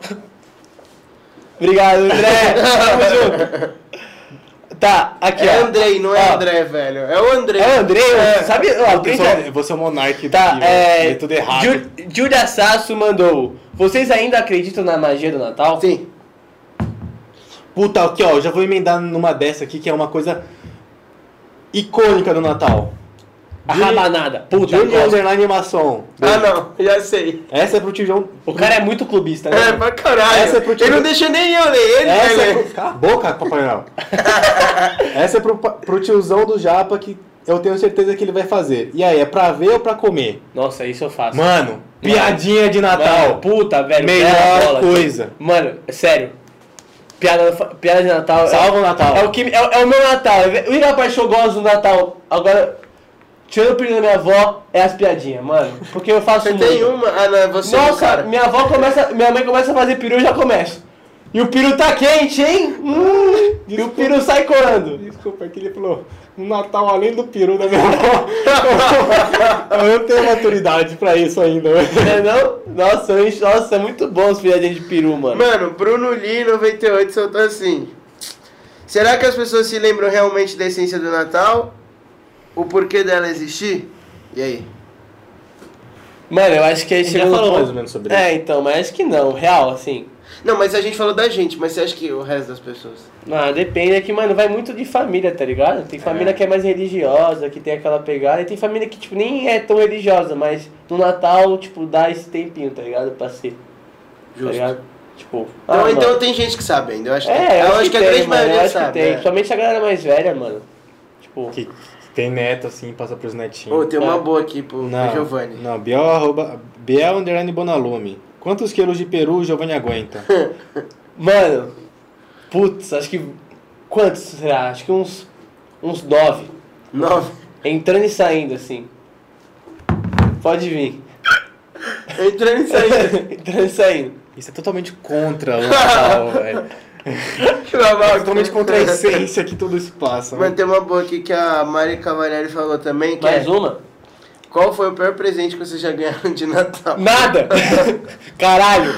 A: Obrigado, André. Tamo junto. Tá, aqui,
B: É
A: ó.
B: Andrei, não é
A: Ó.
B: André, velho. É o Andrei.
A: É André, sabe? Ó,
C: Eu
A: quem
C: sou,
A: tá-
C: eu vou ser o monarca
A: Tá,
C: daqui, velho.
A: é.
C: Dei tudo errado.
A: Ju- Julia Sasso mandou. Vocês ainda acreditam na magia do Natal?
B: Sim.
C: Puta, aqui ó, eu já vou emendar numa dessa aqui que é uma coisa icônica do Natal.
A: A
C: Julia-
A: rabanada. Puta,
C: Júnior
A: gosto.
C: Underline Maçom.
B: Ah, não. Já sei.
C: Essa é pro Tijão.
A: o cara é muito clubista, né?
B: É, pra caralho.
C: Essa é pro
A: tipo-
B: Ele não deixa nem eu ler. Ele vai
C: Essa é
B: ler.
C: pro... Cala a boca, Papai Noel. Essa é pro, pa- pro tiozão do Japa que eu tenho certeza que ele vai fazer. E aí, é pra ver ou pra comer?
A: Nossa, isso eu faço.
C: Mano, piadinha de
A: Mano,
C: Natal.
A: puta, velho.
C: Melhor
A: bela bola.
C: coisa.
A: Mano, sério. Piada, piada de Natal. é-
C: Salva o Natal.
A: É o, que, é, o- é o meu Natal. O única parte que eu gosto do Natal, agora, tirando o período da minha avó, é as piadinhas, mano. Porque eu faço
B: Você
A: muito.
B: tem uma? Ah, não, é você não,
A: tipo- Nossa,
B: cara.
A: minha avó começa. Minha mãe começa a fazer peru e já começa. E o peru tá quente, hein? Hum, e o peru sai corando.
C: Desculpa, é que ele falou no Natal além do peru da minha avó. eu não tenho maturidade pra isso ainda. né?
A: Não é não? Nossa, eu encho- nossa, é muito bom os piadinhas de peru, mano.
B: Mano, Bruno Lee 98 soltou assim. Será que as pessoas se lembram realmente da essência do Natal? O porquê dela existir? E aí?
A: Mano, eu acho que aí
C: gente
A: chegou
C: já
A: no
C: falou
A: ponto-
C: mais ou menos sobre
A: É, então, mas acho que não. Real, assim.
B: Não, mas a gente falou da gente, mas você acha que o resto das pessoas?
A: Ah, depende, é que, mano, vai muito de família, tá ligado? Tem família que é mais religiosa, que tem aquela pegada, e tem família que, tipo, nem é tão religiosa, mas no Natal, tipo, dá esse tempinho, tá ligado? Pra ser. Tá ligado? Tipo.
B: Então,
A: ah,
B: então
A: mano.
B: tem gente que sabe ainda. Eu acho que,
A: É,
B: eu acho que, a
A: tem,
B: grande
A: mano,
B: maioria
A: eu acho
B: sabe.
A: Que tem.
B: é.
A: Principalmente a galera mais velha, mano. Tipo,
C: Que tem neto assim, passa pros
B: Ô,
C: netinhos.
B: tem
A: É.
B: uma boa aqui pro, pro
C: não,
B: Giovanni.
C: Não, Biel, arroba, Biel underline Bonalume. Quantos quilos de peru o Giovanni aguenta?
A: mano, putz, acho que. Quantos será? Acho que uns. Uns nove.
B: Nove.
A: Entrando e saindo, assim. Pode vir.
B: Entrando nisso aí.
A: Entrando e saindo.
C: Isso é totalmente contra o Natal, velho. É totalmente contra a essência que tudo isso passa. né?
B: Mano, tem uma boa aqui que a Mari Cavalieri falou também, que
A: Mais um?
B: é,
A: uma?
B: qual foi o pior presente que vocês já ganharam de Natal?
A: Nada! Caralho!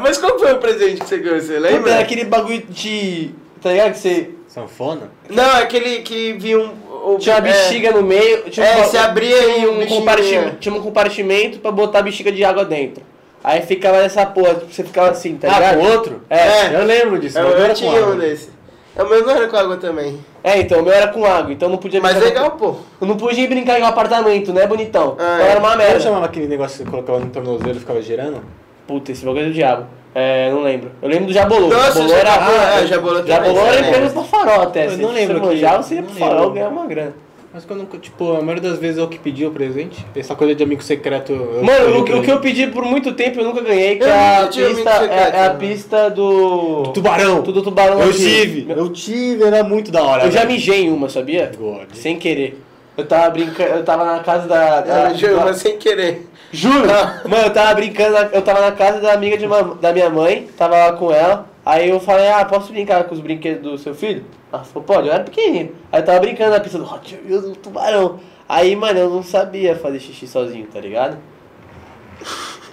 B: Mas qual foi o presente que você ganhou, você
A: Puta,
B: lembra?
A: era aquele bagulho de. Tá ligado? Que você
C: Sanfona?
B: Não, é aquele que vinha um... o-
A: tinha uma
B: é,
A: bexiga no meio. Tinha
B: É,
A: ba-
B: você abria
A: tinha um,
B: e um bichinho vinha.
A: compartimento, tinha um compartimento pra botar a bexiga de água dentro. Aí ficava nessa porra, tipo, você ficava assim, tá
C: ah,
A: ligado?
C: com outro?
A: É.
B: É.
C: Eu lembro disso.
B: Eu,
C: mas não
B: eu
C: era com
B: tinha
C: água.
B: um desse. É, mas não era com água também.
A: É, então, o meu era com água, então não podia
B: Mas
A: brincar.
B: legal, pô.
A: Eu não podia brincar em um apartamento, né, bonitão?
B: Ah,
A: então
B: é.
A: era uma
C: Como
A: merda.
C: chamava aquele negócio que você colocava no tornozelo e ficava girando?
A: Puta, esse bagulho é do diabo. É, não lembro. Eu lembro do Jabolô.
B: Nossa,
A: Jabolô era.
B: Jabolô, é, Jabolô
A: Jabolô,
B: também,
A: era
B: né?
A: empresa pro farol até. assim,
C: Eu
A: se
C: não
A: você
C: lembro que-
A: manjava, você ia
C: não
A: pro farol
C: lembro.
A: ganhar uma grana.
C: Mas quando, tipo, a maioria das vezes é o que pediu o presente. Essa coisa de amigo secreto. eu-
A: Mano,
C: eu-
A: o, que- o que eu pedi por muito tempo eu nunca ganhei, que
B: Eu
A: é a
B: nunca tinha
A: pista,
B: amigo secreto,
A: é, é a
B: né?
A: pista do.
C: Do tubarão.
A: Do tubarão
C: Eu
A: aqui.
C: tive.
A: Meu-
C: Eu tive, era muito da hora.
A: Eu já
C: velho.
A: mijei em uma, sabia?
C: God.
A: Sem querer. Eu tava brincando, eu tava na casa da. da-
B: Eu juro,
A: da-
B: mas Tá. sem querer.
A: Juro? Mano, eu tava brincando, na- eu tava na casa da amiga de uma- da minha mãe, tava lá com ela. Aí eu falei, ah, posso brincar com os brinquedos do seu filho? Ela falou, pode, eu era pequenininho. Aí eu tava brincando na pista do Hot Wheels do tubarão. Aí, mano, eu não sabia fazer xixi sozinho, tá ligado?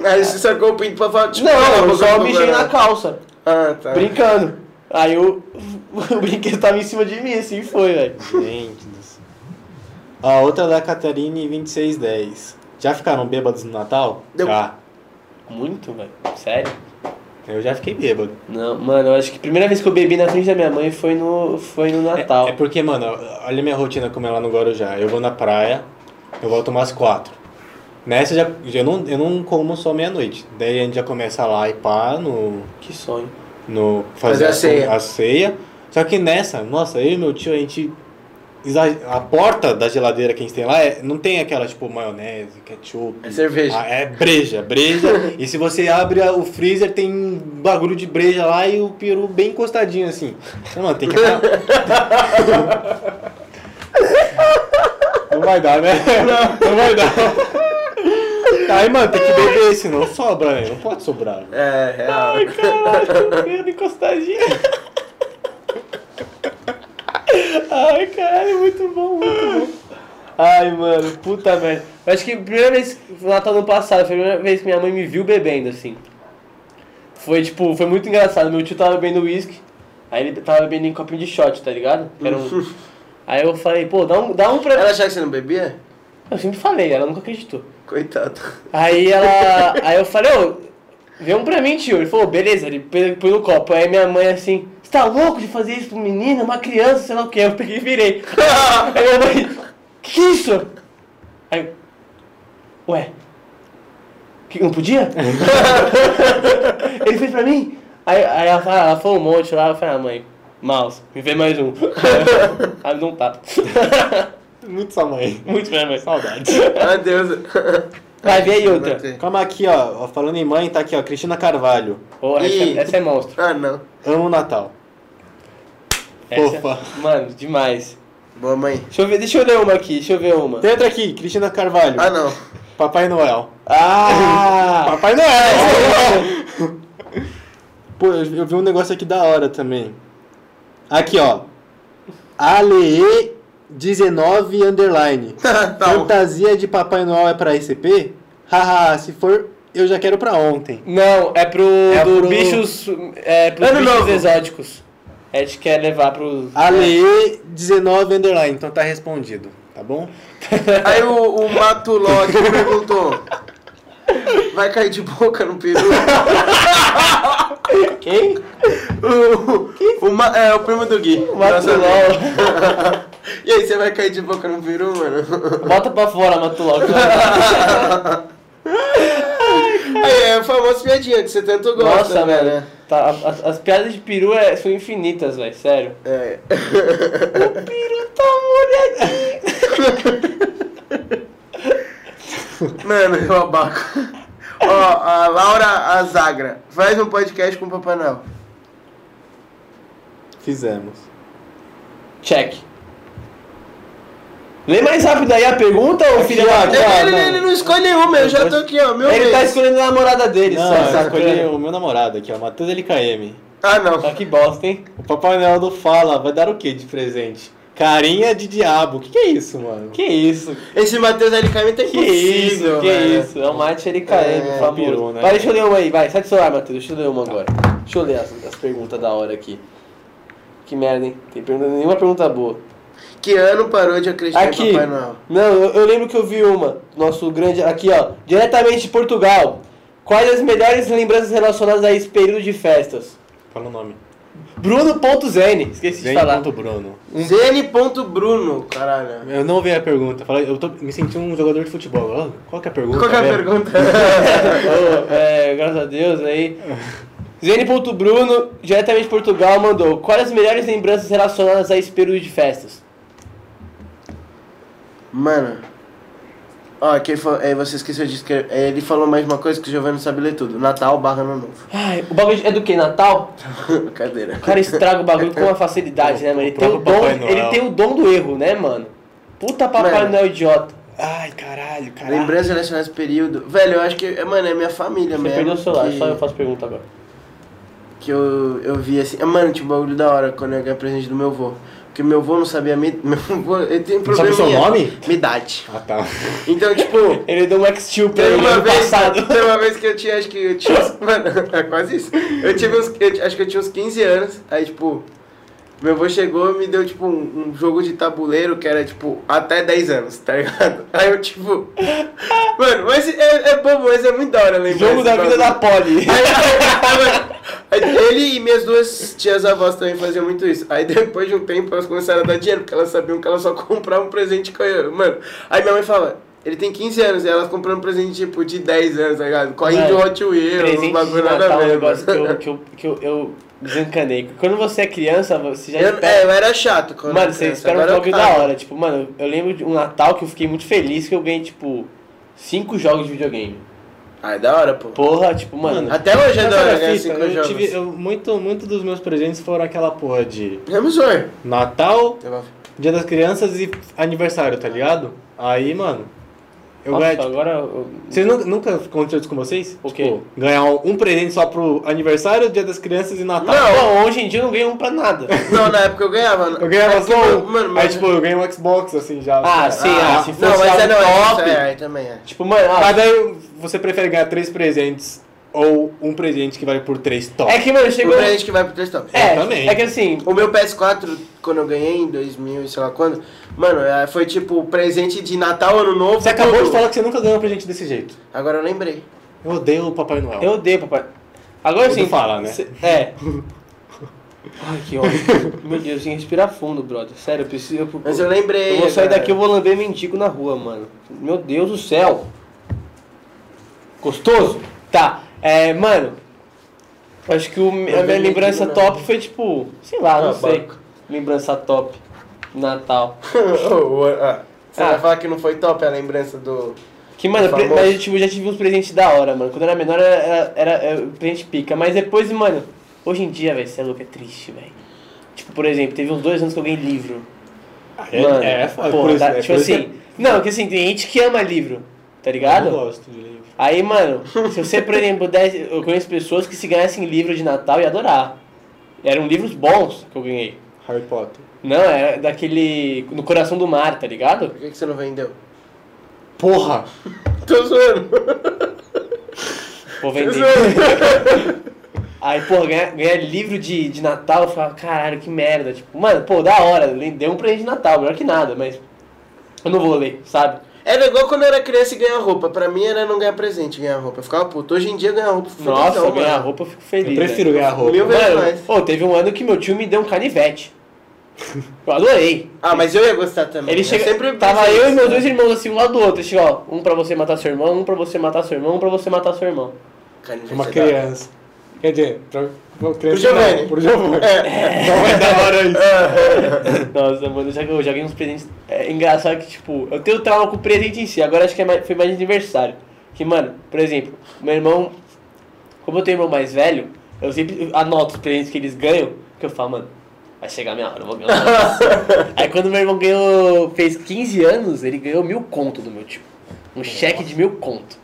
B: Aí você sacou o pinto pra falar, tipo,
A: Não, eu
B: vou
A: só
B: comprar.
A: mijei na calça,
B: Ah, tá.
A: brincando. Aí eu, o brinquedo tava em cima de mim, assim foi, velho.
C: Gente do céu. A outra é da Catarine 2610. Já ficaram bêbados no Natal?
B: Deu.
C: Já.
A: Muito, velho. Sério?
C: Eu já fiquei bêbado.
A: Não, mano, eu acho que a primeira vez que eu bebi na frente da minha mãe foi no, foi no Natal.
C: É porque, mano, olha minha rotina como é lá no Guarujá. Eu vou na praia, eu volto umas quatro. Nessa já, eu, não, eu não como só meia-noite. Daí a gente já começa lá e pá, no.
A: Que sonho.
C: no
B: Fazer
C: fazer
B: a ceia.
C: a, ceia. a ceia. Só que nessa, nossa, eu e meu tio, a gente. exa- A porta da geladeira que a gente tem lá é- não tem aquela, tipo, maionese, ketchup.
B: É cerveja.
C: Ah, é breja, breja. e se você abre a- o freezer, tem um bagulho de breja lá e o peru bem encostadinho assim. Não, mano, tem que. não vai dar, né? Não, vai dar. Aí, mano, tem que beber, senão sobra, né? Não pode sobrar.
B: É, real.
A: Caralho, encostadinho. Ai, caralho, muito bom, muito bom. Ai, mano, puta merda. Eu acho que a primeira vez, no Natal ano passado, foi a primeira vez que minha mãe me viu bebendo, assim. Foi, tipo, foi muito engraçado. Meu tio tava bebendo uísque, aí ele tava bebendo em copinho de shot, tá ligado? Que Era um... Aí eu falei, pô, dá um, dá um pra
B: Ela achava que você não bebia?
A: Eu sempre falei, ela nunca acreditou.
B: Coitado.
A: Aí ela. Aí eu falei, ô, vê um pra mim, tio. Ele falou, beleza, ele pe- põe no copo. Aí minha mãe assim, você tá louco de fazer isso pro menino? É uma criança, sei lá o que. Eu peguei e virei. Aí minha mãe, que é isso? Aí, eu, ué, que não podia? ele fez pra mim? Aí, aí ela, fala- ela falou um monte lá, eu falei, ah, mãe, mouse, me vê mais um. aí me deu um tapa.
C: Muito sua mãe.
A: Muito bem, mãe. Saudade.
B: Ah, Deus.
A: Vai ver aí outra.
C: Calma aqui, ó. ó, Falando em mãe, tá aqui, ó. Cristina Carvalho.
A: Ô,
B: Ih.
A: essa, essa é monstro.
B: Ah, não.
C: Amo o Natal.
A: Essa, é
C: Opa.
A: Mano, demais.
B: Boa mãe.
A: Deixa eu, ver, deixa eu ler uma aqui, deixa eu ver uma.
C: Tem outra aqui, Cristina Carvalho.
B: Ah, não.
C: Papai Noel.
A: Ah!
C: Papai Noel! Pô, eu eu vi um negócio aqui da hora também. Aqui, ó. Ale19 underline.
B: tá bom.
C: Fantasia de Papai Noel é pra SCP? Haha, se for, eu já quero pra ontem.
A: Não, é pro
C: É
A: do
C: pro-
A: bichos. É pros
B: Ano
A: bichos
B: novo.
A: exóticos. É, A gente quer levar pros.
C: Ale19 underline, então tá respondido, tá bom?
B: Aí o, o Mato Lodge perguntou: Vai cair de boca no peru?
A: Quem?
B: O, o, Ma- é o primo do Gui. Nossa,
A: Matulol.
B: E aí, você vai cair de boca no peru, mano?
A: Bota pra fora, Matulol.
B: Aí é a famosa piadinha que você tanto gosta.
A: Nossa,
B: né?
A: velho. Tá, a- as, as piadas de peru é- são infinitas, velho, sério.
B: É.
A: O peru tá molhadinho.
B: Mano, eu abaco. Ó, a Laura Azagra, faz um podcast com o Papai Noel.
C: Fizemos.
A: Check. Lê mais rápido aí a pergunta, ô filha da
B: Ele, ele- ele não escolhe uma, eu já tô aqui, ó. Meu
A: Ah, Ele tá
B: mês.
A: escolhendo a namorada dele,
C: Não, é tá
A: só.
C: eu
A: sacana.
C: escolhi o meu namorado aqui, ó, Matheus LKM.
B: Ah, não.
A: Ah, que bosta, hein?
C: O Papai Noel do Fala vai dar o que de presente? Carinha de diabo. O que, que é isso, mano?
A: Que isso?
B: Esse Matheus LKM tá
A: Que
B: impossível,
A: isso? Que
B: velho.
A: isso? É o Mate LKM,
B: É,
A: famoso.
C: pirou, né?
A: Vai, deixa eu ler uma aí, vai. Sai do celular, Matheus. Deixa eu ler uma agora. Deixa eu ler as, as perguntas da hora aqui. Que merda, hein? Tem pergunta, nenhuma pergunta boa.
B: Que ano parou de acreditar
A: Aqui.
B: em Papai Noel?
A: Não, eu, eu lembro que eu vi uma. Nosso grande. Aqui, ó. Diretamente de Portugal. Quais as melhores lembranças relacionadas a esse período de festas?
C: Fala o nome.
A: Bruno.zn. Esqueci de falar.
C: Bruno.
A: Hum.
B: Zene.Bruno, caralho.
C: Eu não vi a pergunta. Fala- Eu tô me senti um jogador de futebol. Ah, Qual que é a pergunta?
A: Tá
B: Qual que é a
C: velho?
B: pergunta?
A: Ô, é, graças a Deus aí. Zene.Bruno, diretamente de Portugal, mandou Quais as melhores lembranças relacionadas a esse período de festas?
B: Mano. Ó, quem falou, é, você esqueceu de escrever. é, ele falou mais uma coisa que o Giovanni sabe ler tudo. Natal barra ano novo.
A: Ai, o bagulho é do que? Natal?
B: Brincadeira.
A: O cara estraga o bagulho com uma facilidade, né, mano? Ele
C: O
A: tem o,
C: próprio
A: dom,
C: Papai Noel.
A: ele tem o dom do erro, né, mano? Puta Papai
B: Mano.
A: Noel idiota.
C: Ai, caralho, caralho.
B: Lembranças relacionadas ao período. Velho, eu acho que. é, eh, Mano, é minha família
A: Você
B: mesmo.
A: perdeu o celular,
B: que-
A: só eu faço pergunta agora.
B: que eu, eu vi assim. ah, Mano, tipo, bagulho da hora quando eu ganhei presente do meu avô. Porque meu avô não sabia. Me, meu avô, ele tem um
C: Não sabe
B: problema.
C: o seu nome?
B: Minha idade.
C: Ah, tá.
B: Então, tipo.
A: Ele deu um X-Steel pra
B: Teve
A: ele
B: uma,
A: ano
B: vez,
A: passado.
B: teve uma vez que eu tinha, acho que eu tinha. uns- Mano, é quase isso. Eu tive uns. eu ti- acho que eu tinha uns 15 anos. Aí, tipo, meu avô chegou e me deu, tipo, um, um jogo de tabuleiro que era, tipo, até 10 anos, tá ligado? Aí eu, tipo. Mano, mas é, é bobo, mas é muito da hora lembrar.
A: Jogo
B: esse
A: da vida
B: bagulho.
A: da Polly.
B: Aí, aí, aí, Ele e minhas duas tias avós também faziam muito isso. Aí depois de um tempo elas começaram a dar dinheiro, porque elas sabiam que elas só compravam um presente com eu. Mano, aí minha mãe fala, ele tem 15 anos, e elas comprando um presente tipo de 10 anos, tá ligado? Correndo de
A: Mano,
B: Hot Wheels, uns
A: É, Presente de
B: bagulho nada a
A: Natal, um
B: ver.
A: negócio que eu,
B: mano.
A: que eu, que eu, eu desencanei. Quando você é criança, você já
B: Eu,
A: espera-
B: é, eu era chato quando
A: Mano,
B: era
A: você
B: criança,
A: espera um
B: agora eu
A: jogo da
B: tava.
A: hora. Tipo, mano, eu lembro de um Natal que eu fiquei muito feliz que eu ganhei, tipo, cinco jogos de videogame.
B: Ah, é da hora, pô.
A: Porra, tipo, mano.
B: Até hoje é da
C: Mas sabe
B: hora
C: a
B: ganhar
C: fita?
B: 5
C: Eu
B: jogos.
C: tive, eu- muito, muito dos meus presentes foram aquela porra de
B: Revisor.
C: Natal, Dia das Crianças e aniversário, tá ligado? Aí, mano, eu
A: nossa,
C: ganhei. tipo,
A: agora. eu-
C: vocês nu- nunca aconteceu isso com vocês?
A: O
C: O
A: quê?
C: ganhar um presente só pro aniversário, Dia das Crianças e Natal.
B: Não.
A: Não, hoje em dia eu não ganho um pra nada.
B: Não, na época eu ganhava.
C: Eu ganhava
B: É que,
C: só
B: mano,
C: um.
B: mano,
C: aí,
B: mas-
C: tipo, eu ganhei um Xbox, assim, já.
A: Ah, sim, ah, se fosse
B: Não, mas é
A: algo
B: não, é,
A: top.
B: isso é, aí também é.
A: Tipo, mano, ah,
C: Mas daí você prefere ganhar três presentes ou um presente que vale por três top?
A: é que, mano,
B: O
A: chegou.
B: presente que vai pro desktop.
A: É,
C: também.
A: é que assim,
B: O meu PS4, quando eu ganhei em 2000 e sei lá quando, mano, é, foi tipo presente de Natal, ano novo.
C: Você acabou
B: tudo.
C: de falar que você nunca ganhou um presente desse jeito.
B: Agora eu lembrei.
C: Eu odeio o Papai Noel.
A: eu odeio, papai. Agora
C: Tudo
A: sim.
C: fala, né?
A: cê- É. Ai, que ódio. Meu Deus, tem que respirar fundo, brother. Sério, eu preciso. Eu,
B: Mas eu lembrei.
A: eu vou sair
B: agora.
A: daqui, eu vou lamber mendigo na rua, mano. Meu Deus do céu. Gostoso? Tá. É, mano. Acho que o- a minha
B: mendigo
A: lembrança
B: na
A: top
B: rua.
A: foi tipo, sei lá, não
B: Ah,
A: sei.
B: banco.
A: Lembrança top. Natal.
B: Oh, ah, Você
A: Ah.
B: vai falar que não foi top a lembrança do.
A: Que, mano, pre-
B: Famoso.
A: mas, tipo, eu já tive uns presentes da hora, mano. Quando eu era menor era, era, era presente pica. Mas depois, mano, hoje em dia, velho, você é louco, é triste, velho. Tipo, por exemplo, teve uns dois anos que eu ganhei livro.
C: É,
A: mano,
C: é, foda.
A: porra,
C: por isso,
A: tá-
C: é,
A: tipo
C: por isso
A: assim. Não, porque assim, tem gente que ama livro, tá
C: que eu não
A: ligado?
C: gosto de livro.
A: Aí, mano, se você, por exemplo, desse, eu conheço pessoas que se ganhassem livro de Natal ia adorar. Eram livros bons que eu ganhei.
C: Harry Potter.
A: Não, era daquele. No coração do mar, tá ligado?
B: Por que, que você não vendeu?
C: Porra!
B: Tô zoando.
A: Vou vender. Aí, pô, ganhar, ganhar livro de, de Natal, eu falava, caralho, que merda. Tipo, mano, pô, da hora, le- deu um presente de Natal, melhor que nada, mas eu não vou ler, sabe?
B: Era igual quando eu era criança e ganhar roupa. Pra mim era não ganhar presente, ganhar roupa. Eu ficava puto. Hoje em dia ganhar roupa foi
A: Nossa,
B: felizão,
A: ganhar
B: mano.
A: roupa eu fico feliz.
C: Eu prefiro ganhar roupa.
B: Meu-
A: velho.
B: né? Eu
A: Mano,
B: vejo mais.
A: pô, teve um ano que meu tio me deu um canivete. Eu adorei.
B: Ah, mas eu ia gostar também. né?
A: Ele
B: Eu
A: chega,
B: É sempre
A: tava
B: presente.
A: eu e meus dois irmãos assim, um lado do outro. Assim, ó, um pra você matar seu irmão, um pra você matar seu irmão, um pra você matar seu irmão.
B: Cara,
C: Pra uma
B: você dá-
C: criança. Quer dizer, pra pra criança.
B: Pro Giovanni.
C: Não, pro Giovanni.
B: É.
C: Não é da hora isso.
A: Nossa, mano, já, eu já ganhei uns presentes. É engraçado que, tipo, eu tenho trauma com o presente em si, agora acho que é mais- foi mais de aniversário. Que, mano, por exemplo, meu irmão. Como eu tenho irmão mais velho, eu sempre anoto os presentes que eles ganham, que eu falo, mano, vai chegar a minha hora, eu vou ganhar. um negócio. Aí quando meu irmão ganhou, fez 15 anos, ele ganhou mil conto do meu tio. Um cheque de mil conto.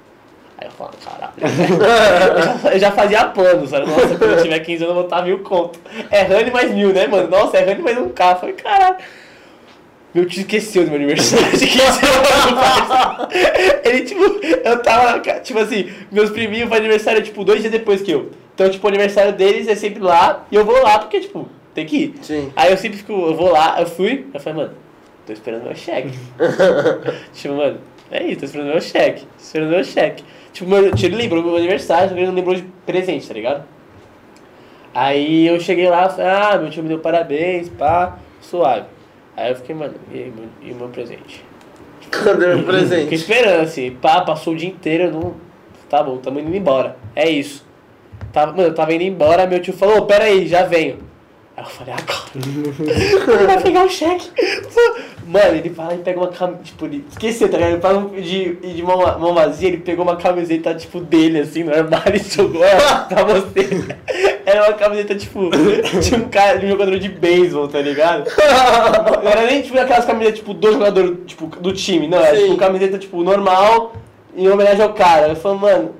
A: Aí eu falo, caralho. eu, já, eu já fazia plano, sabe? Nossa, quando eu tiver 15 anos eu vou estar mil conto. É Rani mais mil, né, mano? Nossa, é Rani mais um K. Eu falei, caralho. Meu tio esqueceu do meu aniversário de 15 anos. Ele, tipo, eu tava, ca- tipo assim, meus priminhos fazem aniversário, tipo, dois dias depois que eu. Então, tipo, o aniversário deles é sempre lá e eu vou lá porque, tipo, tem que ir.
B: Sim.
A: Aí eu sempre fico, eu vou lá, eu fui, eu falei, mano, tô esperando meu cheque. tipo, mano, é isso, tô esperando meu cheque, tô esperando meu cheque. Tipo, meu tio ele lembrou do meu aniversário, só que ele não lembrou de presente, tá ligado? Aí eu cheguei lá, falei, ah, meu tio me deu parabéns, pá, suave. Aí eu fiquei, mano, e, aí, meu, e o meu presente?
B: Quando eu era
A: Fiquei
B: presente.
A: esperando, assim, pá, passou o dia inteiro, eu não. Tá bom, tamo indo embora. É isso. Tava, mano, eu tava indo embora, meu tio falou, ô, pera aí, já venho. Aí eu falei, "Ah, agora. Ele vai pegar o cheque. Mano, ele vai e pega uma camiseta, tipo, ele esqueceu, tá ligado? Ele faz um de, de mão, mão vazia, ele pegou uma camiseta, tipo, dele, assim, no armário e jogou ela pra você. Era uma camiseta, tipo, de um cara, de um jogador de beisebol, tá ligado? Não era nem tipo aquelas camisetas tipo do jogador tipo, do time, não, era
B: Sim.
A: tipo camiseta tipo normal em homenagem ao cara. Eu falo, mano.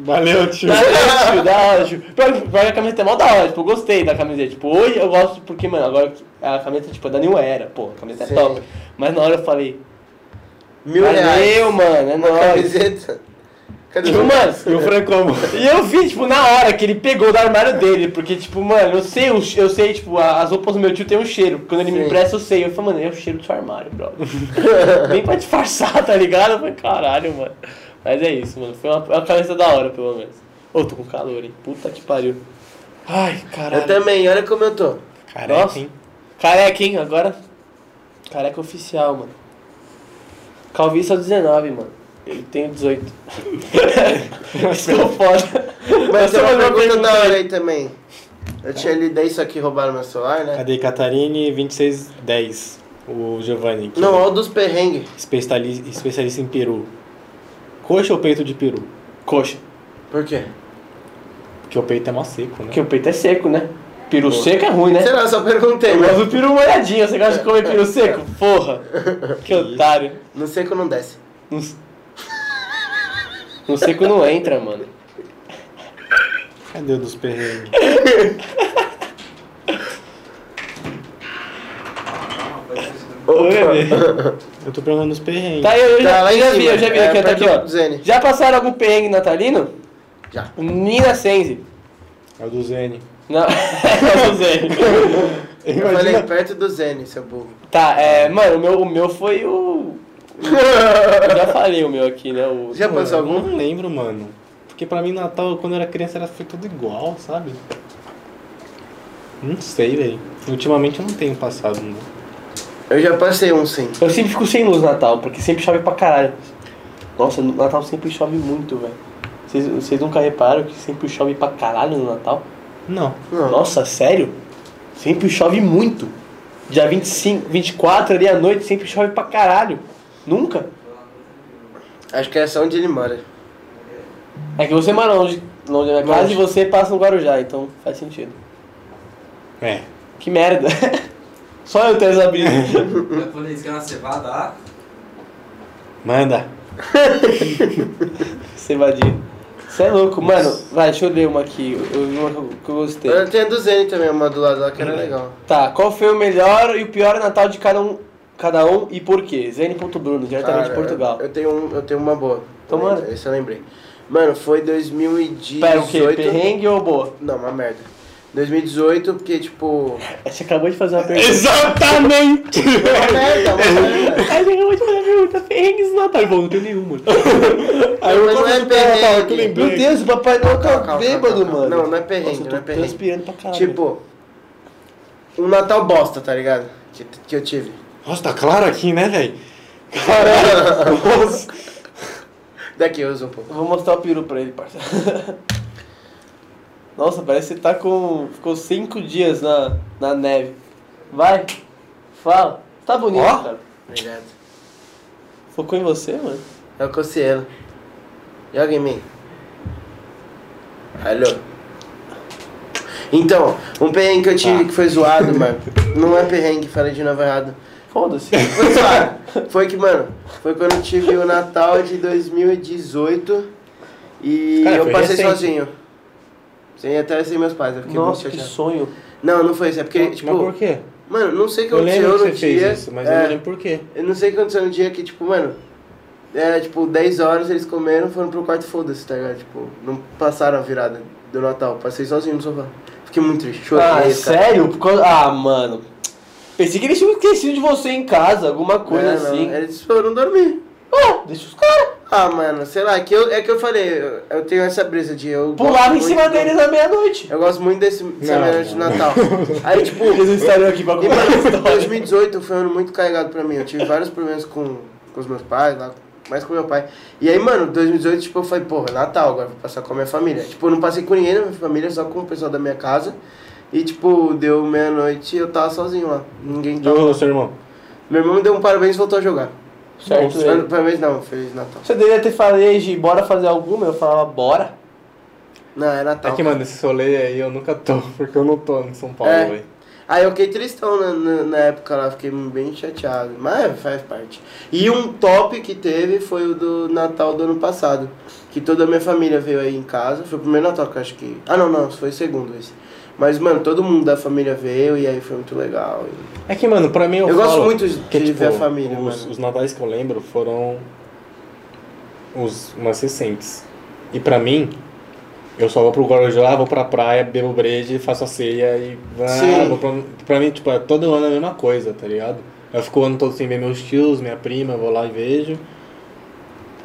C: Valeu, tio.
A: Da hora, tio, da hora, tio. Pior que- pior que a camiseta é mó da hora, tipo, eu gostei da camiseta. Tipo, hoje eu gosto porque, mano, agora a camiseta, tipo, é da New Era, pô, a camiseta
B: Sim.
A: é top. Mas na hora eu falei,
B: Mil
A: valeu,
B: reais.
A: mano, é
B: Uma
A: nóis.
B: camiseta. Cadê
A: Tipo,
B: o
A: mano,
C: E o Francomo?
A: e eu vi, tipo, na hora que ele pegou do armário dele, porque, tipo, mano, eu sei, o che- eu sei, tipo, a- as roupas do meu tio tem um cheiro. Quando ele me
B: Sim.
A: empresta, eu sei. Eu falei, mano, é o cheiro do seu armário, brother. Nem pra disfarçar, tá ligado? Eu falei, caralho, mano. Mas é isso, mano. Foi uma, é uma cabeça da hora, pelo menos. Ô, tô com calor, hein? Puta que pariu. Ai, caralho.
B: Eu também, olha como eu tô.
C: Careca,
A: Nossa.
C: hein?
A: Careca, hein? Agora. Careca oficial, mano. Calvície é o 19, mano. Eu tenho 18. Estou é foda.
B: Mas tem
A: Essa é
B: uma
A: uma
B: pergunta
A: pergunta
B: da hora aí também. Eu tinha lido isso aqui, roubaram meu celular, né?
C: Cadê Catarine 2610? O Giovanni. que
B: Não,
C: é
B: olha o dos perrengues.
C: especiali- especialista em peru. Coxa ou peito de peru?
A: Coxa.
B: Por quê?
C: Porque o peito é mó seco, né?
A: Porque o peito é seco, né? Peru seco é ruim, né?
B: Sei lá, eu só perguntei,
A: Eu
B: mas
A: gosto do peru molhadinho. Você gosta de comer peru seco? Porra. Que otário.
B: não sei que eu não desce.
A: Não, não seco não entra, mano.
C: Cadê o dos perrengues?
A: Opa.
C: Eu tô perguntando dos perrengues.
A: Tá, eu, eu
B: Tá
A: já,
B: lá em
A: já
B: cima.
A: vi, eu já vi
B: É,
A: aqui, tá
B: perto
A: aqui,
B: do
A: ó.
B: Zene.
A: Já passaram algum perrengue natalino?
B: Já.
A: Nina Sense.
C: É o do Zene.
A: Não, não sei.
B: Eu falei perto do Zene, seu burro.
A: Tá, é, mano, o meu, o meu foi o. Eu já falei o meu aqui, né? O...
B: Já passou
C: Mano, eu
B: algum?
C: Não lembro, mano. Porque pra mim Natal, quando eu era criança, era foi tudo igual, sabe? Não sei, velho. Ultimamente eu não tenho passado, né? não.
B: Eu já passei um sim.
A: Eu sempre fico sem luz no Natal, porque sempre chove pra caralho. Nossa, no Natal sempre chove muito, velho. Vocês- Vocês nunca repararam que sempre chove pra caralho no Natal?
C: Não.
B: Não.
A: Nossa, sério? Sempre chove muito. Dia 25, 24 ali à noite sempre chove pra caralho. Nunca.
B: Acho que é só onde ele mora.
A: É que você mora longe, longe da minha casa
B: Longe.
A: e você passa no Guarujá, então faz sentido.
C: É.
A: Que merda. Só eu tenho essa brisa.
E: Japonês que é uma cevada, ah?
C: Manda.
A: Cevadinha. Você é louco, mano. Vai, deixa eu ler uma aqui. Eu vi uma que eu- que eu gostei.
B: Eu tenho a do Zene também, uma do lado lá que era legal.
A: Tá, qual foi o melhor e o pior Natal de cada um, cada um e por quê? Zene.bruno, diretamente
B: Cara,
A: de Portugal.
B: Eu, eu tenho um, eu tenho uma boa.
A: Então manda.
B: Esse eu lembrei. Mano, foi 2018.
A: Pera, o quê? Perrengue ou boa?
B: Não, uma merda. 2018, porque tipo.
A: Você acabou de fazer uma pergunta.
C: Exatamente!
B: É Uma merda, uma merda.
A: Aí você acabou de fazer uma pergunta. Perrengues do Natal. Bom, não tem nenhuma.
C: Aí
B: Mas não é perrengue.
A: Meu Deus, o Papai Noel
B: Calma,
A: tá
B: calma,
A: bêbado,
B: calma, calma.
A: mano.
B: Não, não é perrengue,
A: Nossa, eu
B: não é
A: tô
B: perrengue.
A: transpirando pra caralho.
B: Tipo, um Natal bosta, tá ligado? Que, que eu tive.
C: Nossa, tá claro aqui, né, velho?
B: Daqui eu uso um pouco.
A: Eu vou mostrar o peru pra ele, parça. Nossa, parece que você tá com. Ficou cinco dias na, na neve. Vai, fala. Tá bonito,
C: Ó.
A: cara.
B: Obrigado.
A: Focou em você, mano?
B: É o Cossielo. Joga em mim. Alô? Então, um perrengue que eu
C: Ah.
B: tive que foi zoado, mano. Não é perrengue, falei de novo errado.
A: Foda-se.
B: Foi zoado. Foi que, mano, foi quando eu tive o Natal de 2018 e
C: Cara,
B: eu
C: foi
B: passei
C: recente.
B: sozinho. Sem até sem meus pais, eu fiquei
A: Nossa,
B: muito
A: que
B: chateado.
A: sonho.
B: Não, não foi isso, é porque, tipo.
C: Mas por quê?
B: Mano, não sei o que
C: Eu
B: aconteceu
C: lembro que
B: no
C: você fez
B: dia.
C: isso, mas
B: é,
C: eu não lembro por quê.
B: eu não sei o que aconteceu no dia que, tipo, mano. Era tipo 10 horas, eles comeram, foram pro quarto, foda-se, tá ligado? Tipo, não passaram a virada do Natal. Passei sozinho no sofá. Fiquei muito triste, chorei.
A: ah,
B: cara.
A: sério? Por causa- Ah, mano. Pensei que eles tinham esquecido de você em casa, alguma coisa
B: É, não,
A: assim.
B: Eles foram dormir.
A: Ah, deixa os caras.
B: Ah, mano, sei lá, é que eu, é que eu falei, eu, eu tenho essa brisa de eu. gosto
A: Pulava em
B: muito
A: cima
B: do-
A: deles à meia-noite.
B: Eu gosto muito desse dessa
C: Não,
B: merda de
C: não.
B: Natal. Aí, tipo.
A: Eles não estariam aqui pra
B: E,
A: contar a
B: mano,
A: história.
B: 2018 foi um ano muito carregado pra mim. Eu tive vários problemas com, com os meus pais, lá, mais com meu pai. E aí, mano, 2018, tipo, eu falei, porra, Natal, agora vou passar com a minha família. Tipo, eu não passei com ninguém da minha família, só com o pessoal da minha casa. E, tipo, deu meia-noite e eu tava sozinho lá. Ninguém tava.
C: Jogou, Tá seu irmão.
B: Meu irmão me deu um parabéns e voltou a jogar.
A: Certo,
B: Não,
A: ele.
B: Parabéns não, Feliz Natal.
A: Você deveria ter falado, "Ei, Gi, bora fazer alguma? Eu falava, bora.
B: Não, é Natal.
C: Tá É que, mano, esse rolê aí eu nunca tô, porque eu não tô em São Paulo,
B: É.
C: velho.
B: Aí eu fiquei tristão na, na, na época lá, fiquei bem chateado. Mas é, faz parte. E um top que teve foi o do Natal do ano passado. Que toda a minha família veio aí em casa. Foi o primeiro Natal que eu acho que. Ah não, não, foi o segundo esse. Mas, mano, todo mundo da família veio e aí foi muito legal. E-
C: É que, mano, pra mim eu,
B: Eu gosto
C: falo
B: muito de- de ver a família,
C: é tipo, Os,
B: mano.
C: os natais que eu lembro foram os mais recentes. E pra mim, eu só vou pro Guarujá, vou pra praia, bebo breja, faço a ceia e. Ah,
B: Sim.
C: vou pra, pra mim, tipo, é todo ano a mesma coisa, tá ligado? Eu fico o ano todo sem ver meus tios, minha prima, eu vou lá e vejo.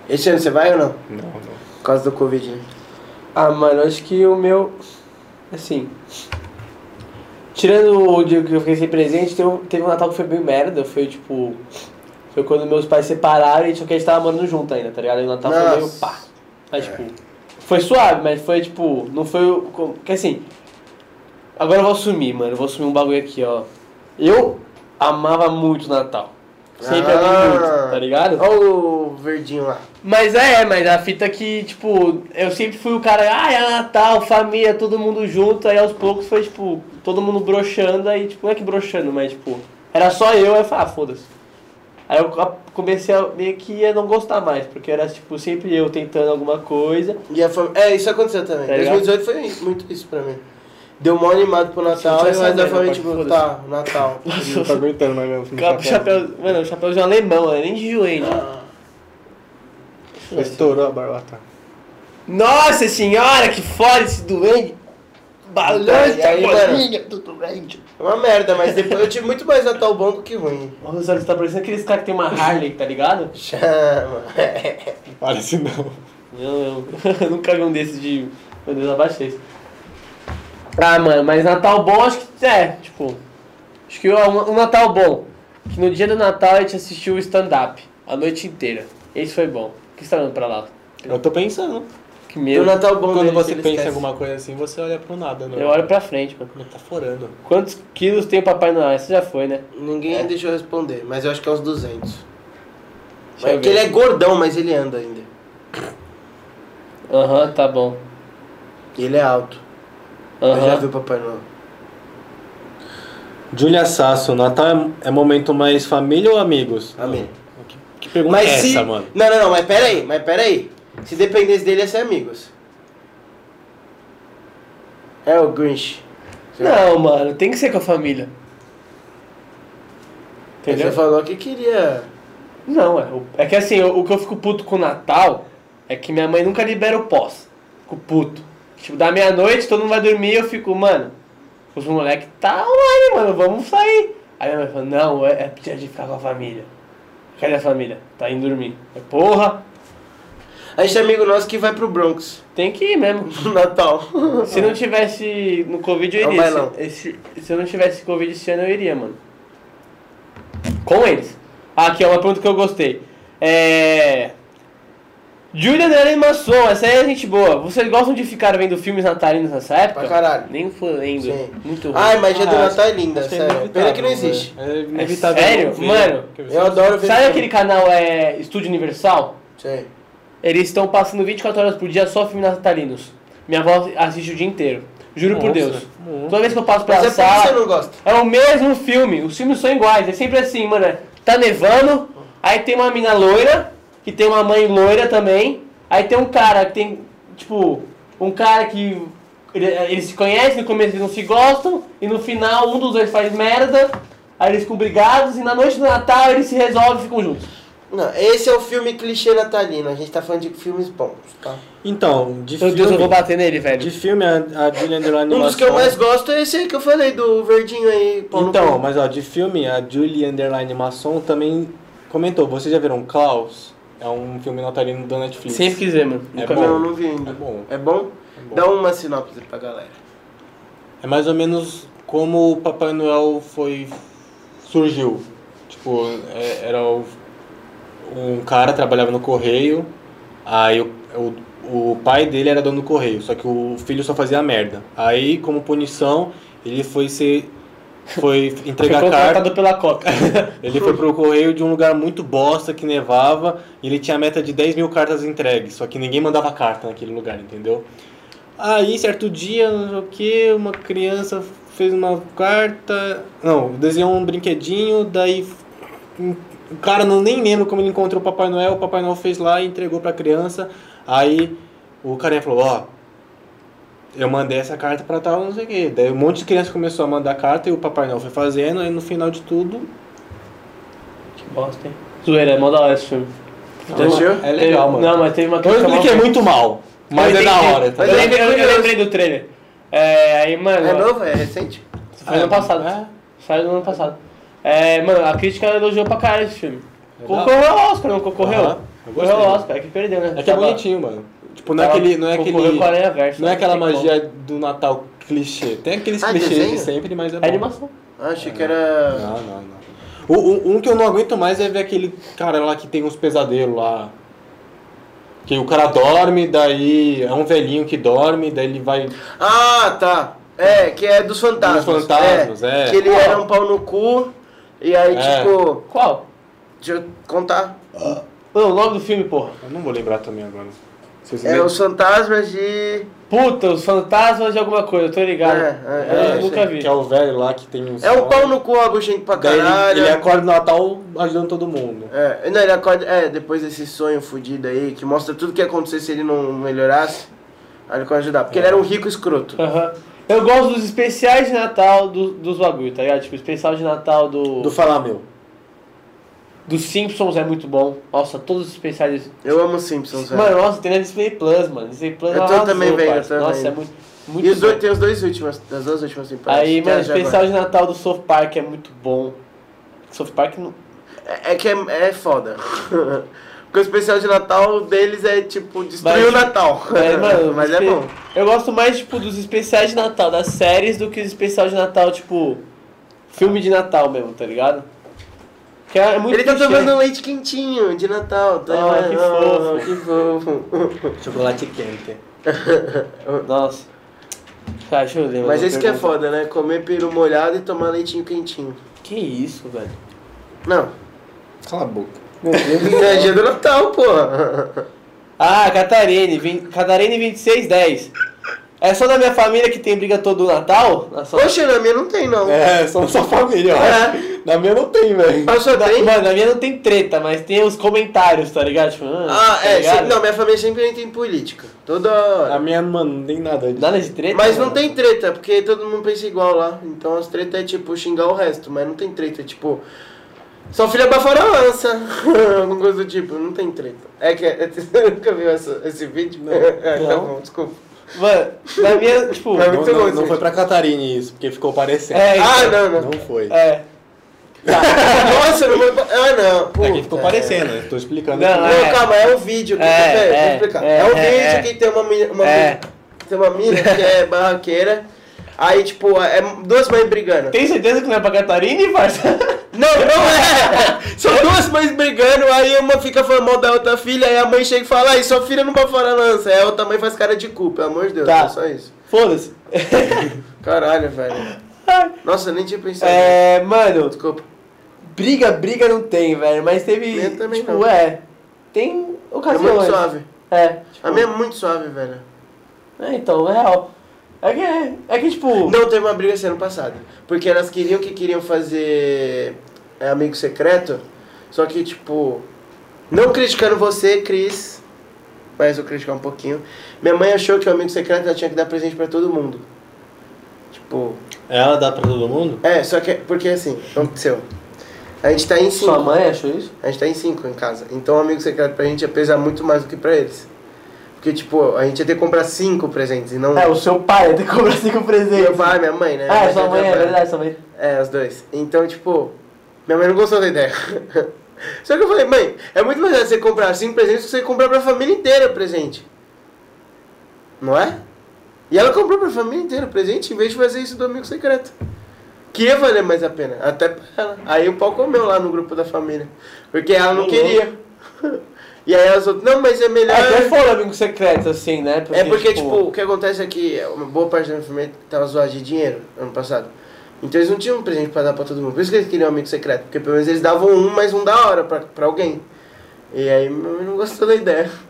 B: Esse ano você vai ou não?
C: Não, não.
B: Por causa do Covid. né?
A: Ah, mano, eu acho que o meu. Assim. Tirando o dia que eu fiquei sem presente, teve, um- teve um Natal que foi bem merda. Foi tipo. Foi quando meus pais separaram e só que a gente tava morando junto ainda, tá ligado? Aí o Natal foi meio
B: Nossa.
A: pá. Mas tipo. Foi suave, mas foi tipo. Não foi. o- como- Que assim. Agora eu vou assumir, mano. Eu vou assumir um bagulho aqui, ó. Eu amava muito o Natal. Sempre amei muito, tá ligado?
B: Olha o verdinho lá.
A: Mas é, mas a fita que, tipo, eu sempre fui o cara, ah, é Natal, família, todo mundo junto, aí aos poucos foi, tipo, todo mundo broxando, aí, tipo, não é que broxando, mas, tipo, era só eu, aí eu falei, ah, foda-se. Aí eu a- comecei a meio que a não gostar mais, porque era, tipo, sempre eu tentando alguma coisa.
B: E a fam... É, isso aconteceu também.
A: Tá ligado?
B: 2018 foi muito isso pra mim. Deu mó animado pro Natal
A: Sim,
B: e o resto da
A: sim,
B: família,
A: sim,
B: tipo,
A: foda-se.
B: tá, Natal.
C: Não tô aguentando mais mesmo.
A: Cara, o chapéu, mano, o chapéu de um alemão, né? nem de joelho.
B: É
C: Estourou a barbata.
A: Nossa senhora, que foda esse doente! Balança,
B: E aí,
A: mano.
B: mano? É uma merda, mas depois eu tive muito mais Natal bom do que ruim.
A: O Rosário tá parecendo aqueles caras que tem uma Harley, tá ligado?
B: Chama.
C: Parece não.
A: Não, eu nunca vi um desses de. Meu Deus, abaixei isso. Ah, mano, mas Natal bom acho que é, tipo. Acho que um, um Natal bom. Que no dia do Natal a gente assistiu o stand-up a noite inteira. Esse foi bom. O que você tá olhando pra lá?
C: Eu tô pensando.
A: Que
B: Do
A: medo.
B: Natal bom
C: Quando
B: dele,
C: você
B: ele
C: pensa em
B: esquece.
C: alguma coisa assim, você olha pro nada, tá não.
A: Eu olho pra frente, mano.
C: Metaforando.
A: Quantos quilos tem o Papai Noel? Esse já foi, né?
B: Ninguém deixou eu responder, mas eu acho que é uns 200.
A: Deixa
B: Mas
A: eu
B: porque
A: ver.
B: ele é gordão, mas ele anda ainda.
A: Aham, tá bom.
B: E ele é alto. Eu já
A: Aham.
B: vi o Papai Noel.
C: Julia Sasso, Natal é, é momento mais família ou amigos?
B: Amém.
C: Que pergunta
B: Mas
C: é
B: se...
C: essa, mano?
B: Não, não, não, mas pera aí, mas pera aí. Se dependesse dele, ia ser amigos. É o Grinch.
A: Não, mano, tem que ser com a família.
B: Você
A: Entendeu?
B: falou que queria...
A: Não, é. o- É que assim, o, o que eu fico puto com o Natal é que minha mãe nunca libera o pós. Fico puto. Tipo, da meia-noite, todo mundo vai dormir eu fico, mano, os moleques tá online, mano, vamos sair. Aí minha mãe fala, não, é, é dia de ficar com a família. Cadê a família? Tá indo dormir. É porra,
B: A gente é amigo nosso que vai pro Bronx
A: tem que ir mesmo.
B: no Natal.
A: Se não tivesse no Covid,
B: É
A: eu
B: um
A: iria.
B: bailão.
A: Esse- esse- se eu não tivesse Covid esse ano, eu iria, mano. Com eles. Ah, aqui, é uma pergunta que eu gostei. É. Julia Nelly Masson, essa aí é gente boa. Vocês gostam de ficar vendo filmes natalinos nessa época?
B: Pra caralho.
A: Nem fudendo.
B: Sim.
A: Muito ruim.
B: Ai, mas dia do
C: Ah,
B: Natal é linda,
C: Acho que é
B: sério.
C: inevitável,
B: Pena que não existe.
C: né? É inevitável.
A: sério?
C: não né? ver.
A: Mano,
C: Porque você-
B: Eu adoro ver
A: Sabe
B: filme.
A: aquele canal é Estúdio Universal?
B: Sim.
A: Eles estão passando 24 horas por dia só filmes natalinos. Minha avó assiste o dia inteiro. Juro por
C: Nossa.
A: Deus. Toda vez que eu passo pra
B: Mas é por
A: sala.
B: isso que eu não gosto.
A: É o mesmo filme, os filmes são iguais, é sempre assim, mano. é, Tá nevando, aí tem uma mina loira, que tem uma mãe loira também, aí tem um cara que tem, tipo, um cara que ele- eles se conhecem, no começo eles não se gostam, e no final um dos dois faz merda, aí eles ficam brigados, e na noite do Natal eles se resolvem e ficam juntos.
B: Não, esse é o filme clichê natalino. A gente tá falando de filmes bons, tá?
C: Então, de filme,
A: bater nele,
C: de filme a, a Julia Underline
B: Um dos
C: Masson...
B: que eu mais gosto é esse aí que eu falei, do verdinho aí. pau no
C: Então,
B: cu.
C: mas ó, de filme a Julia Underline Masson também comentou. Vocês já viram Klaus? É um filme natalino da Netflix.
A: Sempre quis ver, mano.
C: É
A: Nunca vi.
C: bom.
B: Não, não vi ainda.
C: É bom.
B: É bom?
C: bom.
B: Dá uma sinopse pra galera.
C: É mais ou menos como o Papai Noel foi surgiu. Tipo, é- era o- um cara trabalhava no correio, aí o, o, o pai dele era dono do correio, só que o filho só fazia merda. Aí, como punição, ele foi ser foi
A: Foi
C: entregar carta.
A: contratado pela Coca.
C: Ele foi pro correio de um lugar muito bosta que nevava e ele tinha a meta de 10 mil cartas entregues, só que ninguém mandava carta naquele lugar, entendeu? Aí, certo dia, não sei o que, uma criança fez uma carta. Não, desenhou um brinquedinho, daí. um- O cara não nem lembra como ele encontrou o Papai Noel, o Papai Noel fez lá e entregou pra criança. Aí o carinha falou, ó. Eu mandei essa carta pra tal, não sei o quê. Daí um monte de criança começou a mandar carta e o Papai Noel foi fazendo, aí no final de tudo.
A: Que bosta, hein? Zoeira, é mó da hora esse filme.
B: Já assistiu?
C: É legal, mano.
A: Não, mas teve uma
C: Então Eu
A: crítica mó-
C: expliquei muito mal, mas
A: Eu
C: é da
A: entendi.
C: hora, tá
A: eu,
B: Mas
C: ligado?
B: é-
A: lembrei, eu- eu lembrei do trailer. É, aí, mano.
B: É novo? É recente?
A: Foi
C: Ah,
A: ano passado.
C: é?
A: Saiu no ano passado. É, mano, a crítica elogiou pra caralho esse filme.
B: É
A: Concorreu ao Oscar, não concorreu?
C: Aham, eu gostei.
A: Concorreu ao Oscar, é que perdeu, né?
C: É que é
A: Tava-
C: bonitinho, mano. Tipo, não é
A: tava-
C: aquele. Não é,
A: Concorreu
C: aquele,
A: com a Aranha Versa.
C: não é aquela
A: tem como.
C: magia do Natal clichê. Tem aqueles
B: Ah,
C: clichês
B: desenho?
C: de sempre, mas é bom. Ah,
A: É animação.
B: Achei que era.
C: Não, não, não. O, o- um que eu não aguento mais é ver aquele cara lá que tem uns pesadelos lá. Que o cara dorme, daí é um velhinho que dorme, daí ele vai.
B: Ah, tá. É, que é dos fantasmas.
C: Dos fantasmas, é.
B: Que ele era um pau no cu. E aí,
C: É.
B: tipo.
A: Qual?
B: Deixa eu contar.
A: Não, o nome do filme, porra.
C: Eu não vou lembrar também agora. Vocês
B: É
C: lembram?
B: os fantasmas de.
A: Puta, os fantasmas de alguma coisa, eu tô ligado.
B: É, é,
A: eu
B: é,
A: nunca
B: sei.
A: vi.
C: Que é o velho lá que tem uns.
B: É um pau no cu, Agostinho, pra
C: Daí
B: caralho.
C: ele, ele acorda no Natal ajudando todo mundo.
B: É, não, ele acorda. É, depois desse sonho fudido aí, que mostra tudo o que ia acontecer se ele não melhorasse. Aí ele consegue ajudar. Porque ele era um rico escroto.
A: Aham. Eu gosto dos especiais de Natal do- dos bagulho, tá ligado? Tipo, o especial de Natal do.
C: Do
A: Dos
C: falar meu.
A: Simpsons é muito bom. Nossa, todos os especiais.
B: Eu amo Simpsons, velho.
A: Mano, nossa, tem na Disney Plus, mano. Disney Plus
B: Então, Eu tô
A: arrasou,
B: também, velho, eu
A: parça.
B: também.
A: Nossa, é muito. muito
B: e os
A: bom.
B: dois, tem os dois últimos, das duas últimas temporadas.
A: Aí,
B: Tem
A: mano, o
B: as de agora.
A: especial de Natal do South Park é muito bom. South Park não.
B: É, é que é, é foda. Porque o especial de Natal deles é tipo destruir
A: Mas-
B: o Natal.
A: Mas, mano,
B: Mas
A: os
B: é
A: espe-
B: bom.
A: Eu gosto mais, tipo, dos especiais de Natal, das séries, do que os especiais de Natal, tipo. Filme de Natal mesmo, tá ligado? Que é muito
B: Ele tá
A: clichê.
B: tomando leite quentinho de Natal. Tá
A: Ah, que fofo.
B: que fofo.
C: Chocolate quente.
A: Nossa. Cara, deixa eu ler.
B: Mas
A: uma
B: isso que é
A: pergunta.
B: foda, né? Comer peru molhado e tomar leitinho quentinho.
A: Que isso, velho?
B: Não.
C: Cala a boca.
B: É dia do Natal, porra.
A: Ah, Catarine, vin- Catarine 2610. É só da minha família que tem briga todo Natal? Na sua-
B: Poxa, na minha não tem, não.
C: É, só na sua família, ó.
B: É.
C: Na minha não tem, velho.
B: Mas Ah, só
A: Da-
B: tem?
A: Mano, na minha não tem treta, mas tem os comentários, tá ligado? Tipo, ah,
B: Ah,
A: tá
B: é.
A: ligado?
B: sempre- não, minha família sempre entra em política. Toda hora.
C: Na minha, mano, não tem nada disso.
A: Nada de treta? é
B: Mas não
A: mano?
B: tem treta, porque todo mundo pensa igual lá. Então as tretas é tipo xingar o resto, mas não tem treta, é tipo. Sua filha abafou a lança. Alguma coisa do tipo, não tem treta. É que é, você nunca viu essa- esse vídeo? Não. É, tá
A: Não.
B: bom, desculpa.
A: Mano, na minha, tipo.
B: Não,
C: Não,
B: muito
C: não-
B: bom
C: não
B: isso.
C: foi pra Catarine isso, porque ficou parecendo.
A: É,
B: Ah,
A: então,
B: não, não.
C: Não foi.
A: É.
B: Nossa, não foi. Ah, não.
C: É
B: Puta,
C: que ficou parecendo, eu tô explicando.
A: Não,
B: Não,
C: aqui.
A: É.
B: calma, é um vídeo. Que,
A: É,
B: é, pera,
A: é,
B: vou explicar.
A: é,
B: É, um
A: é,
B: vídeo
A: é.
B: que tem uma menina. Uma
A: É.
B: menina tem uma mina que é barraqueira. Aí, tipo, é duas mães brigando.
A: Tem certeza que não é pra Catarine, parça?
B: Não, não é! São duas mães brigando, aí uma fica falando mal da outra filha, aí a mãe chega e fala, ai, sua filha não pode falar lança. Aí a outra mãe faz cara de cu, pelo amor de Deus,
A: Tá.
B: é só isso.
A: Foda-se.
B: Caralho, velho. Nossa, eu nem tinha pensado. nisso.
A: É, mano,
B: Desculpa.
A: briga, briga não tem, velho. Mas teve.
B: Minha também
A: tipo,
B: não.
A: é. Tem
B: É
A: ocasiões.
B: muito suave.
A: É.
B: A minha é muito suave, velho.
A: É, então, é real. É que, é, que tipo.
B: Não teve uma briga esse ano passado. Porque elas queriam que queriam fazer é, amigo secreto. Só que, tipo, não criticando você, Cris. Mas eu criticar um pouquinho. Minha mãe achou que o amigo secreto ela tinha que dar presente pra todo mundo. Tipo.
C: É, Ela dá pra todo mundo?
B: É, só que. Porque assim, o que aconteceu? A gente tá em
A: Sua
B: cinco.
A: mãe achou isso?
B: A gente tá em cinco em casa. Então o amigo secreto pra gente ia pesar muito mais do que pra eles. Porque, tipo, a gente ia ter que comprar cinco presentes e não.
A: É, o seu pai tem que comprar cinco presentes.
B: meu pai, minha mãe, né?
A: Ah,
B: Mas
A: sua
B: eu
A: mãe, é
B: trabalho.
A: verdade, sua mãe.
B: É, os dois. Então, tipo, minha mãe não gostou da ideia. Só que eu falei, mãe, é muito mais fácil você comprar cinco presentes do que você comprar pra família inteira presente. Não é? E ela comprou pra família inteira presente em vez de fazer isso do amigo secreto. Que ia valer mais a pena, até pra ela. Aí o pau comeu lá no grupo da família. Porque ela não
A: Ô,
B: queria. E aí elas outras, não, mas é melhor.
A: Até foram amigos secretos, assim, né?
B: É porque, tipo, o que acontece é que uma boa parte da minha família tava zoada de dinheiro ano passado. Então eles não tinham um presente pra dar pra todo mundo. Por isso que eles queriam um amigo secreto. Porque pelo menos eles davam um mais um da hora pra, pra alguém. E aí meu irmão não gostou da ideia.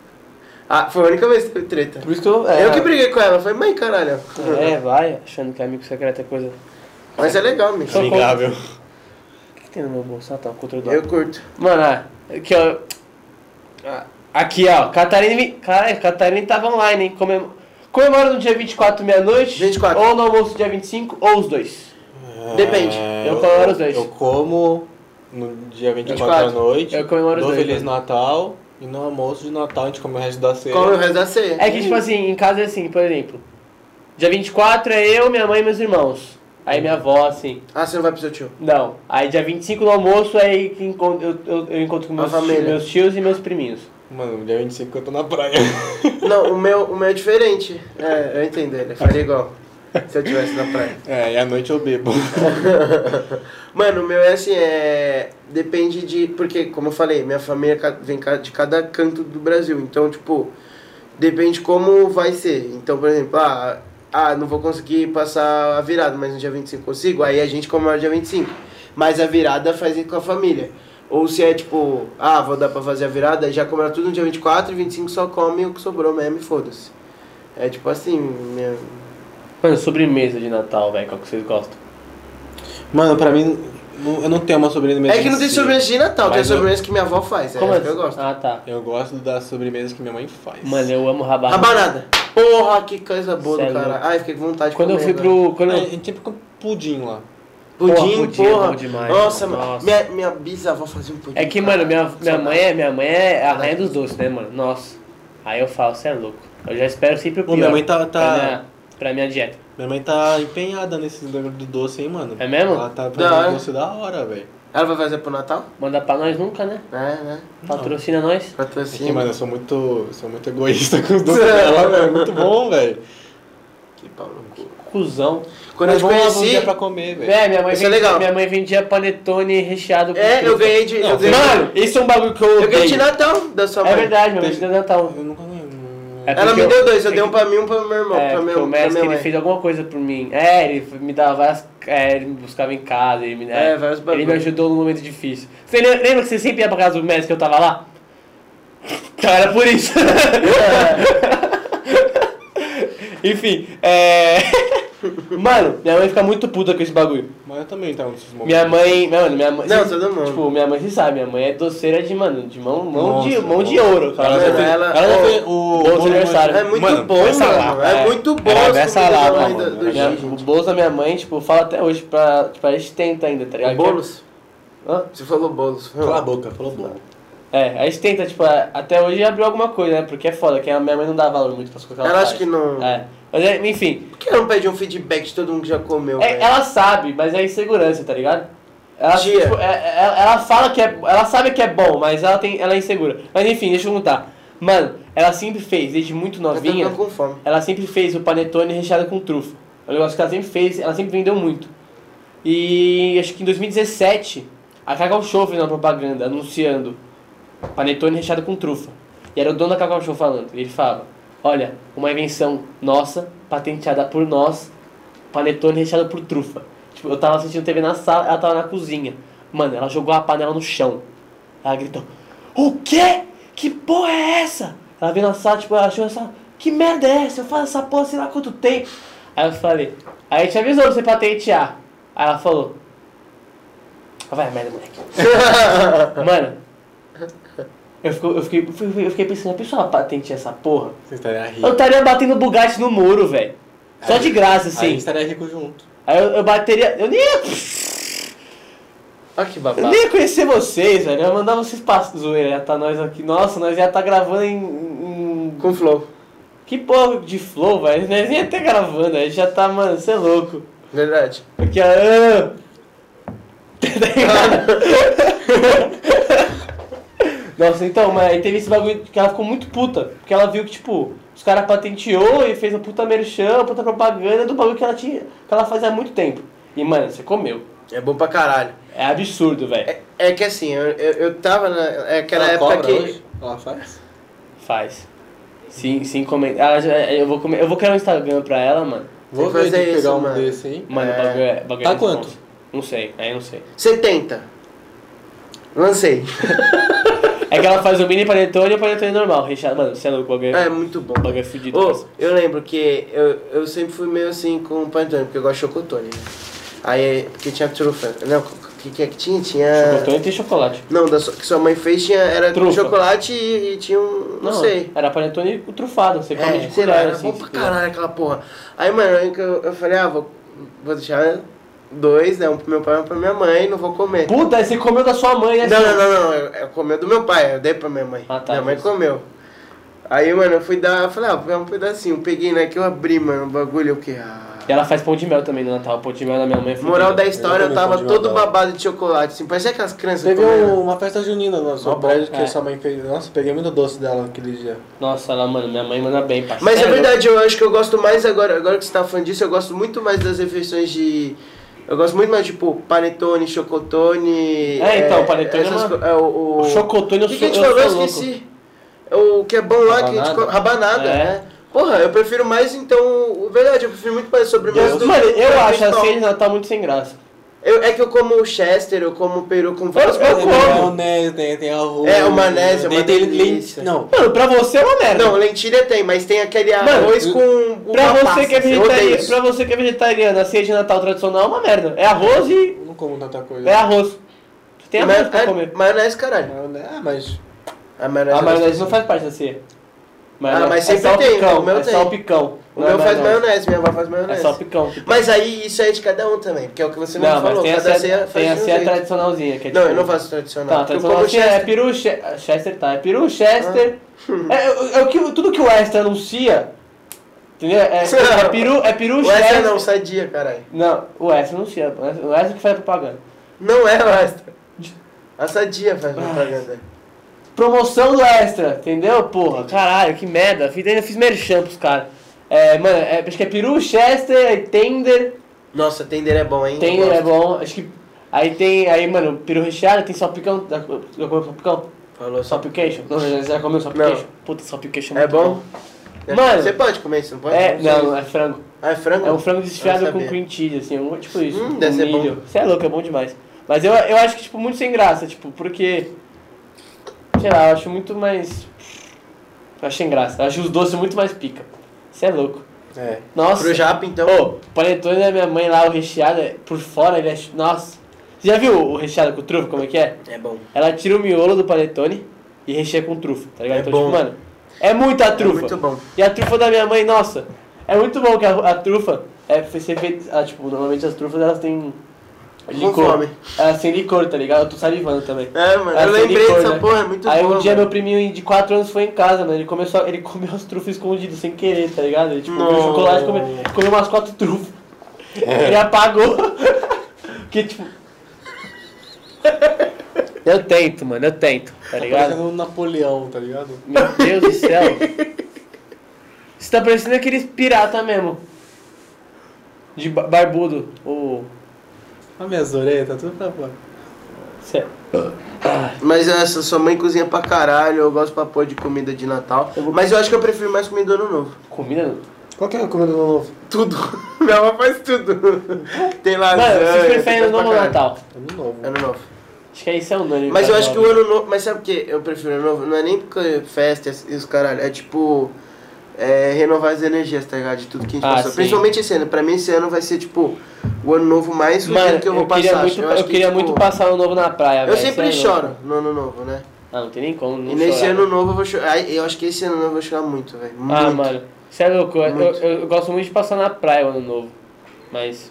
B: Ah, foi a única vez que foi treta.
C: Por isso que eu. É,
B: Eu que briguei com ela, falei, mãe, caralho.
A: É, vai, achando que é amigo secreto é coisa.
B: Mas é legal, amigo.
C: Amigável.
A: O que tem no meu bolso? Ah, tá, o controle do
B: Eu curto.
A: Mano, ah, aqui ó. Ah, Aqui ó, Catarina. me- Caralho, Catarina tava online, hein? Comem- Comemora no dia 24, meia-noite.
B: 24.
A: Ou no almoço dia 25, ou os dois.
B: Depende.
A: Eu comemoro os dois.
C: É, Eu como no dia 24 da
B: 24.
C: noite.
A: Eu comemoro os
C: dou
A: dois,
C: Feliz
A: né?
C: Natal. E no almoço de Natal a gente come o resto da ceia.
B: Come o resto da ceia.
A: É que, tipo assim, em casa é assim, por exemplo. Dia 24 é eu, minha mãe e meus irmãos. Aí minha avó, assim.
B: Ah, você não vai pro seu tio.
A: Não. Aí dia 25 no almoço é aí que encon- eu, eu, eu encontro com
B: A
A: meus,
B: família.
A: meus tios e meus priminhos.
C: Mano, dia 25 eu tô na praia.
B: Não, o meu, o meu é diferente. É, eu entendo ele. Faria igual. Se eu tivesse na praia.
C: É, e à noite eu bebo.
B: Mano, o meu é assim, é. Depende de. Porque, como eu falei, minha família ca- vem ca- de cada canto do Brasil. Então, tipo, depende como vai ser. Então, por exemplo, ah, ah não vou conseguir passar a virada, mas no dia 25 consigo, aí a gente comemora dia 25. Mas a virada faz com a família. Ou se é tipo, ah, vou dar pra fazer a virada, aí já comemora tudo no dia 24 e 25 só come o que sobrou mesmo e foda-se. É tipo assim, minha...
A: Mano, sobremesa de Natal, velho, qual que vocês gostam?
C: Mano, pra mim, não- eu não tenho uma sobremesa.
B: É que não
C: em
B: tem
C: si.
B: sobremesa de Natal, tem
C: Mas eu-
B: sobremesa que minha avó faz, é essa que eu gosto.
A: Ah, tá.
C: Eu gosto das sobremesas que minha mãe faz.
A: Mano, eu amo rabanada.
B: Rabanada. Porra, que coisa boa
A: Sério?
B: do caralho. Ai, fiquei com vontade é de
A: é Quando eu
B: comer né?
A: fui
B: agora.
A: pro. Quando
C: A
A: eu-
C: gente sempre tipo, com pudim lá.
B: Pudim,
A: Porra, pudim é
B: porra.
A: bom demais,
B: Nossa,
A: mano.
B: mano.
A: Nossa.
B: Minha, minha bisavó fazia um pudim.
A: É que, mano, minha,
B: caralho.
A: minha, mãe é, minha mãe é a rainha dos doces, né, mano? Nossa. Aí eu falo, você é louco. Eu já espero sempre o
C: Pô,
A: pior.
C: minha mãe tá- tá-
A: Pra minha, pra minha dieta.
C: Minha mãe tá empenhada nesse negócio do doce, hein, mano.
A: É mesmo?
C: Ela tá
B: Da hora.
C: fazendo doce da hora, velho.
B: Ela vai fazer pro Natal?
A: Manda pra nós nunca, né?
B: É, né? assim,
A: Patrocina nós.
C: É
B: Patrocínio.
C: que, mano, eu sou muito, sou muito egoísta com os doces dela, velho. É muito bom, velho.
B: Que pau no cu.
A: Cusão.
B: Quando eu
C: Mas
B: te
C: vamos lá, vamos
B: conheci...
C: é dia pra comer, velho.
A: É, minha mãe,
B: Isso é
A: vendia,
B: legal.
A: minha mãe vendia panetone recheado com
B: É, eu
A: trufa.
B: ganhei de... eu
C: Não,
B: ganhei,
A: Mano, isso é um bagulho que eu
B: eu ganhei de
A: odeio.
B: Natal da sua mãe.
A: É verdade, minha mãe te
C: Teve-
A: deu Natal.
C: Eu nunca lembro.
A: É
B: Ela
A: porque
B: me
A: eu-
B: deu dois, eu
A: é
B: dei um
A: que-
B: pra mim e um pro meu irmão.
A: É,
B: pra,
A: porque
B: meu,
A: o
B: pra
A: Messi
B: minha
A: ele
B: mãe.
A: fez alguma coisa por mim. É, ele me dava várias. É, ele me buscava em casa, ele me, né?
B: É, vários
A: ele
B: bagulho.
A: me ajudou num momento difícil. Você lembra, lembra que você sempre ia pra casa do Messi que eu tava lá? Então era por isso. Enfim, é. Mano, minha mãe fica muito puta com esse bagulho.
C: Mas eu também tava nesses momentos.
A: Minha mãe. Mano, minha mãe.
B: né? Não,
A: cê-
B: todo mundo.
A: Tipo, minha mãe, você sabe, minha mãe é doceira de, mano, de mão, mão, de,
C: Nossa,
A: mão de ouro.
C: Ela
B: Mano,
C: já fez,
B: ela-
C: ela, já
B: ô,
C: fez o bolo de
A: aniversário.
B: É muito
C: Mano,
B: bom,
C: essa
B: mano.
C: lá,
B: é.
A: é.
B: muito bom.
C: Ela
B: as
C: dessa
B: comidas
C: lá,
B: da mãe
C: mano.
B: do- do
C: Ela-
A: Minha-
B: Gigi.
A: o bolso da minha mãe, tipo, fala até hoje pra. Tipo, a gente tenta ainda, tá ligado? é-
B: Bolos?
A: Hã?
B: Você falou bolos.
C: Cala a boca, falou bolo.
A: É, a gente tenta, tipo, a- até hoje abriu alguma coisa, né? Porque é foda, que a minha mãe não dá valor muito pras coisas que ela
B: Ela
A: faz.
B: acha que não-
A: É. Mas, é, enfim,
B: Por que ela não pede um feedback de todo mundo que já comeu,
A: é-
B: velho?
A: ela sabe, mas é insegurança, tá ligado? Ela,
B: Tia.
A: tipo, é- é- ela, ela fala que é. Ela sabe que é bom, mas ela, tem, ela é insegura. Mas enfim, deixa eu contar. Mano, ela sempre fez, desde muito
B: Eu tô
A: novinha.
B: ficando Tá com fome.
A: Ela sempre fez o panetone recheado com trufa. É um negócio que ela sempre fez, ela sempre vendeu muito. E acho que em 2017, a Cacau Show fez uma propaganda anunciando panetone recheado com trufa. E era o dono da Cacau Show falando. E ele falava, olha, uma invenção nossa, patenteada por nós, panetone recheado por trufa. Tipo, eu tava assistindo TV na sala, ela tava na cozinha. Mano, ela jogou a panela no chão. Ela gritou, o quê? Que porra é essa? Ela veio na sala, tipo, ela achou essa. Que merda é essa? Eu faço essa porra sei lá quanto tempo. Aí eu falei, aí a gente avisou pra você patentear. Aí ela falou. "Ah, Vai, merda, moleque. Mano. Eu fico- eu fiquei, eu fiquei, eu fiquei pensando, a pessoa patentear essa porra?
C: Vocês estariam ricos.
A: Eu estaria batendo Bugatti no muro, velho. Só de graça,
C: Aí a gente
A: assim.
C: estaria rico junto.
A: Aí eu, eu bateria. Eu nem ia.
B: Olha que
A: Eu
B: babado.
C: Tá.
A: nem ia conhecer vocês, velho. Eu ia mandar vocês pra zoeira. Ia tá nós aqui. Nossa, nós ia estar gravando em- em. em-
B: Com flow.
A: Que porra de flow, velho. Nós nem ia ter gravando. A gente já tá, mano, cê é louco.
B: Verdade.
A: Aqui, ó. ah. Tá ligado? Nossa, então, mas aí teve esse bagulho que ela ficou muito puta. Porque ela viu que, tipo, os caras patenteou e fez uma puta merchan, uma puta propaganda do bagulho que ela tinha. que ela fazia há muito tempo. E, mano, você comeu.
B: É bom pra caralho.
A: É absurdo, velho.
B: É, é que assim, eu, eu, eu tava na. É aquela
C: ela
B: época que.
C: cobra hoje? Ela faz?
A: Faz. Sim, sim, comenta. Ela já- eu, vou comer, eu vou criar um Instagram pra ela, mano.
C: Vou
B: Tem que
C: ver de
B: fazer
C: pegar
B: isso,
C: um
B: mano.
C: desse, hein?
A: Mano,
B: É.
A: o bagulho é. o bagulho é
C: Tá
A: muito
C: quanto?
A: bom. Não sei, aí eu não sei.
B: 70. Lancei.
A: É que ela faz o mini panetone e o panetone normal, recheado. Mano, você é louco, o bagulho
B: É muito bom.
A: o bagulho é fudido.
B: Ô,
A: parceiro.
B: eu lembro que eu, eu sempre fui meio assim com o panetone, porque eu gosto de chocotone. né? Aí, porque tinha trufa. Não, o que, que é que tinha? Tinha...
A: Panetone tem chocolate.
B: Não, da sua- que sua mãe fez tinha, era com
A: Trufa.
B: chocolate e, e tinha um... Não, sei.
A: Era panetone com trufado, você come de
B: É, sei lá,
A: colher
B: era
A: assim.
B: bom pra
A: se quiser.
B: caralho aquela porra. Aí, mano, aí que eu, eu falei, ah, vou, vou deixar dois, né? Um pro meu pai e um pra minha mãe, não vou comer.
A: Puta, aí você comeu da sua mãe, né?
B: Não,
A: seu-
B: não, não, não. Eu, eu comeu do meu pai, eu dei pra minha mãe.
A: Ah, tá,
B: minha mãe
A: justo.
B: comeu. Aí, mano, eu fui dar, eu falei, ah, vou pegar um pedacinho. Peguei, né, que eu abri, mano, o bagulho, eu que, ah...
A: E ela faz pão de mel também no Natal. Pão de mel da minha mãe. é fudido.
B: Moral da história,
C: Eu
B: eu,
C: também
B: tava
C: fui de
B: todo
C: Natal.
B: babado de chocolate, assim, parecia aquelas crianças
A: um
C: Teve um,
B: comendo.
C: uma festa junina no nosso
B: Ó, bom.
C: prédio que
A: É.
C: sua mãe fez. Nossa, peguei muito doce dela naquele dia.
A: Nossa, ela, mano, minha mãe manda bem, parceiro.
B: Mas é verdade, eu acho que eu gosto mais agora, agora que você tá falando disso, eu gosto muito mais das refeições de... Eu gosto muito mais, tipo, panetone, chocotone...
A: É, então, panetone é uma-
B: co- é, o,
A: O
B: o...
A: chocotone eu
B: O que, que
A: sou,
B: a gente
A: eu
B: falou? Eu
A: sou louco.
B: esqueci. O que é bom lá, que a gente
C: Rabanada?
B: come. Rabanada,
A: É.
B: né? Porra, eu prefiro mais então. Verdade, eu prefiro muito mais sobremesa
A: Eu-
B: do
A: mano,
B: que
A: eu acho assim, a
B: principal.
A: ceia de Natal tá muito sem graça.
B: Eu- é que eu como o Chester, eu como o peru com várias
A: eu
C: Tem
B: coisas.
A: como.
C: maionese, tem, tem arroz.
B: É, o maionese é uma
C: tem- tem
B: delícia.
C: lente- Não,
A: Mano, pra você é uma merda.
B: Não, lentilha tem, mas tem aquele
A: Mano,
B: arroz com.
A: pra,
B: uva
A: você que é
B: passa, eu odeio
A: vegetariano,
B: isso.
A: pra você que é vegetariano, a ceia de Natal tradicional é uma merda. É arroz e.
C: eu não como tanta coisa.
A: É arroz. Tem arroz
B: Ma-
A: pra
B: é,
A: comer.
B: Maionese, caralho.
C: Maionese- Ah, mas.
B: A maionese. é
A: A
B: eu gosto.
A: Ah, maionese não faz parte da ceia.
B: assim, Ah, mas sempre
A: é só o
B: tem, né?
A: picão,
B: O meu
A: é
B: tem.
A: só o picão.
B: O
A: não é
B: meu faz maionese, minha avó faz maionese.
A: É só o picão.
B: Mas aí isso é de cada um também, porque é o que você não,
A: Não, mas
B: falou.
A: tem a
B: Cada
A: ceia,
B: faz
A: tem a
B: de um
A: ceia
B: jeito.
A: tradicionalzinha. Que é
B: Não,
A: tipo-
B: eu não faço
A: Tá,
B: tradicional.
A: a
B: porque eu
A: tradicional
B: como
A: assim é
B: Chester. Hum.
A: peru, che- Chester tá, é peru, Chester. É, é, é o que, tudo que o Wester anuncia, entendeu? É, é peru, é peru,
B: O
A: Chester.
B: Wester não, sadia, caralho.
A: Não, o Wester anuncia, o Wester- o Wester que faz propaganda.
B: Não é o Extra. A Sadia faz propaganda.
A: Promoção do Extra, entendeu? Porra, caralho, que merda. Fiz, ainda fiz merchan pros caras. É, mano, é, acho que é peru, Chester, aí Tender.
B: Nossa, Tender é bom, hein?
A: Tender
B: Eu
A: é
B: gosto.
A: bom, acho que. Aí tem, aí, mano, peru recheado, tem salpicão. Já comeu salpicão?
B: Falou só.
A: Salpication? Não, já, já comeu salpication? Puta, salpication
B: É
A: muito
B: bom? É,
A: Mano-
B: Você pode comer isso, não pode?
A: É,
B: sei.
A: não, é frango.
B: Ah, é frango?
A: É um frango desfiado
B: Eu
A: com
B: sabia.
A: cream cheese, assim, alguma tipo isso.
B: Hum,
A: com
B: deve ser
A: milho. Você é louco, é bom demais. Mas eu, eu acho que, tipo, muito sem graça, tipo, porque. Sei lá, eu acho muito mais. Eu acho sem graça. Eu acho os doces muito mais pica. Você é louco.
C: É.
A: Nossa.
B: Pro japa, então?
A: Ô, o panetone da minha mãe lá, o recheado, é- por fora ele é. ch- Nossa. Você já viu o recheado com trufa, como é que é?
B: É bom.
A: Ela tira o miolo do panetone e recheia com trufa, tá ligado?
B: É
A: então,
B: bom.
A: tipo, mano, é muita trufa.
B: É muito bom.
A: E a trufa da minha mãe, nossa, é muito bom que a, a trufa é foi ser feita. ah, tipo, normalmente as trufas elas têm licor.
B: fome.
A: Elas têm licor, tá ligado? Eu tô salivando também.
B: É, mano,
A: Elas
B: eu
A: têm
B: lembrei
A: licor,
B: dessa
A: né?
B: porra, é muito
A: Aí um
B: bom,
A: dia
B: mano.
A: meu priminho de 4 anos foi em casa, mano. Ele comeu, só, ele comeu as trufas escondidas, sem querer, tá ligado? Ele tipo, comeu
B: Não.
A: chocolate e comeu, comeu umas quatro trufas.
B: É.
A: Ele apagou. Porque, tipo. Eu tento, mano, eu tento, tá ligado?
C: Parecendo um Napoleão, tá ligado?
B: um-
A: Meu Deus do céu. Você tá parecendo aqueles pirata mesmo. De ba- barbudo. Ou.
C: Olha minhas orelhas, tá tudo pra fora.
A: Cê- é-
B: Mas essa sua mãe cozinha pra caralho, eu gosto pra pôr de comida de Natal. Mas eu acho que eu prefiro mais comida do ano novo.
A: Comida.
C: Qual que é a comida do ano novo?
B: Tudo. Minha avó faz tudo. Tem lasanha.
A: Mano, vocês preferem
B: tem
A: ano novo ou
B: é, pra caralho.
A: Natal?
C: Ano novo.
B: Ano novo.
A: Acho que é isso é unânime.
B: Mas eu
A: pra
B: acho que o
A: nós.
B: ano novo. Mas sabe o que eu prefiro ano novo? Não é nem porque festa e os caralho. É tipo. é, renovar as energias, tá ligado? De tudo que a gente
A: Ah,
B: passou.
A: sim.
B: Principalmente esse ano. Pra mim, esse ano vai ser tipo. O ano novo mais
A: Mano,
B: fudido que eu vou
A: queria
B: passar. é
A: muito,
B: acho.
A: eu,
B: acho que,
A: queria
B: tipo,
A: muito passar o novo na praia,
B: Eu
A: velho,
B: sempre
A: esse ano.
B: choro no ano novo, né?
A: Ah, não tem nem como. Não
B: e nesse
A: chorar.
B: ano novo eu vou chorar. Ai, Eu acho que esse ano novo eu vou chorar muito, velho. Muito.
A: Ah, mano. Você é louco. eu- Eu,
B: Muito.
A: eu- eu gosto muito de passar na praia o ano novo. Mas.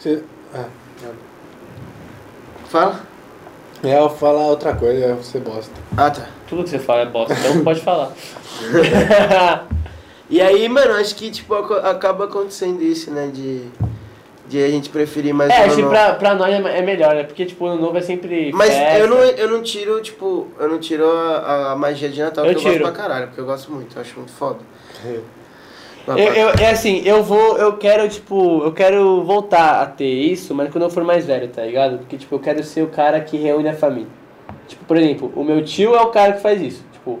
C: Você... Ah,
B: Fala?
C: é. É, eu falar outra coisa, é você bosta.
B: Ah, tá.
A: Tudo que você fala é bosta, então pode falar.
B: E aí, mano, acho que, tipo, aco- acaba acontecendo isso, né? De, de a gente preferir mais o
A: É,
B: ano
A: acho que
B: novo.
A: pra, pra nós é é melhor, né? Porque, tipo, ano novo é sempre.
B: Mas
A: festa.
B: eu, não, eu não tiro, tipo, eu não tiro a, a magia de Natal,
A: Eu
B: porque eu
A: tiro.
B: gosto pra caralho, porque eu gosto muito, eu acho muito foda. Mas,
A: Eu, eu- é assim, eu vou, eu quero, tipo, eu quero voltar a ter isso, mas quando eu for mais velho, tá ligado? Porque, tipo, eu quero ser o cara que reúne a família. Tipo, por exemplo, o meu tio é o cara que faz isso. Tipo,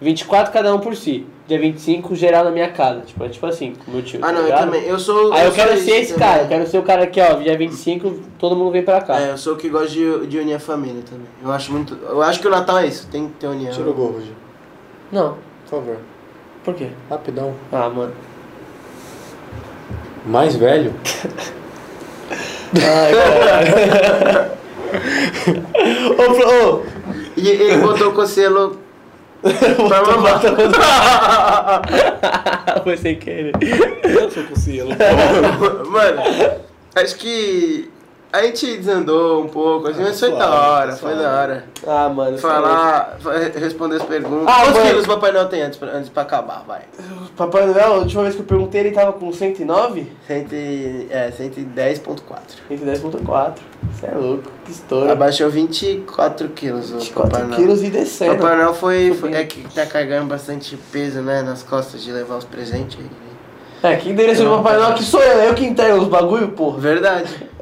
A: 24 cada um por si. dia 25, geral na minha casa. Tipo, é tipo assim, com meu tio.
B: Ah,
A: tá
B: não, eu
A: ligado?
B: também. Eu sou.
A: Aí eu
B: sou
A: quero
B: esse
A: ser esse
B: também.
A: cara, eu quero ser o cara que, ó, dia 25, todo mundo vem pra cá.
B: É, eu sou o que gosta de, de unir a família também. Eu acho muito. Eu acho que o Natal é isso, tem que ter união.
C: Tira o gorro, Gil.
A: Não,
C: Por favor.
A: por quê?
C: Rapidão.
A: Ah, mano.
C: Mais velho?
A: Ai, caralho. ô, Flo, ô,
B: E ele botou o conselho pra mamar.
A: Foi sem querer.
C: Eu sou com cielo.
B: Mano, acho que a gente desandou um pouco, assim, mas foi
C: Ah, suave,
B: da hora,
C: suave.
B: foi da hora.
A: Ah, mano.
B: Falar, fa- responder as perguntas.
A: Ah,
B: Quantos
A: mano.
B: quilos o Papai Noel tem antes pra, antes pra acabar, vai?
A: Papai Noel, a última vez que eu perguntei, ele tava com 109?
B: Cento e- é, 110.4.
A: 110.4. Você é louco, que estouro.
B: Abaixou 24 quilos o Papai
A: 4
B: Noel.
A: quilos e
B: O
A: descendo.
B: Papai Noel foi,
A: Subindo.
B: foi- é que tá carregando bastante peso, né, nas costas de levar os presentes. aí.
A: É, quem direciona o Papai Noel que sou eu, eu que entrego os bagulho, porra.
B: Verdade.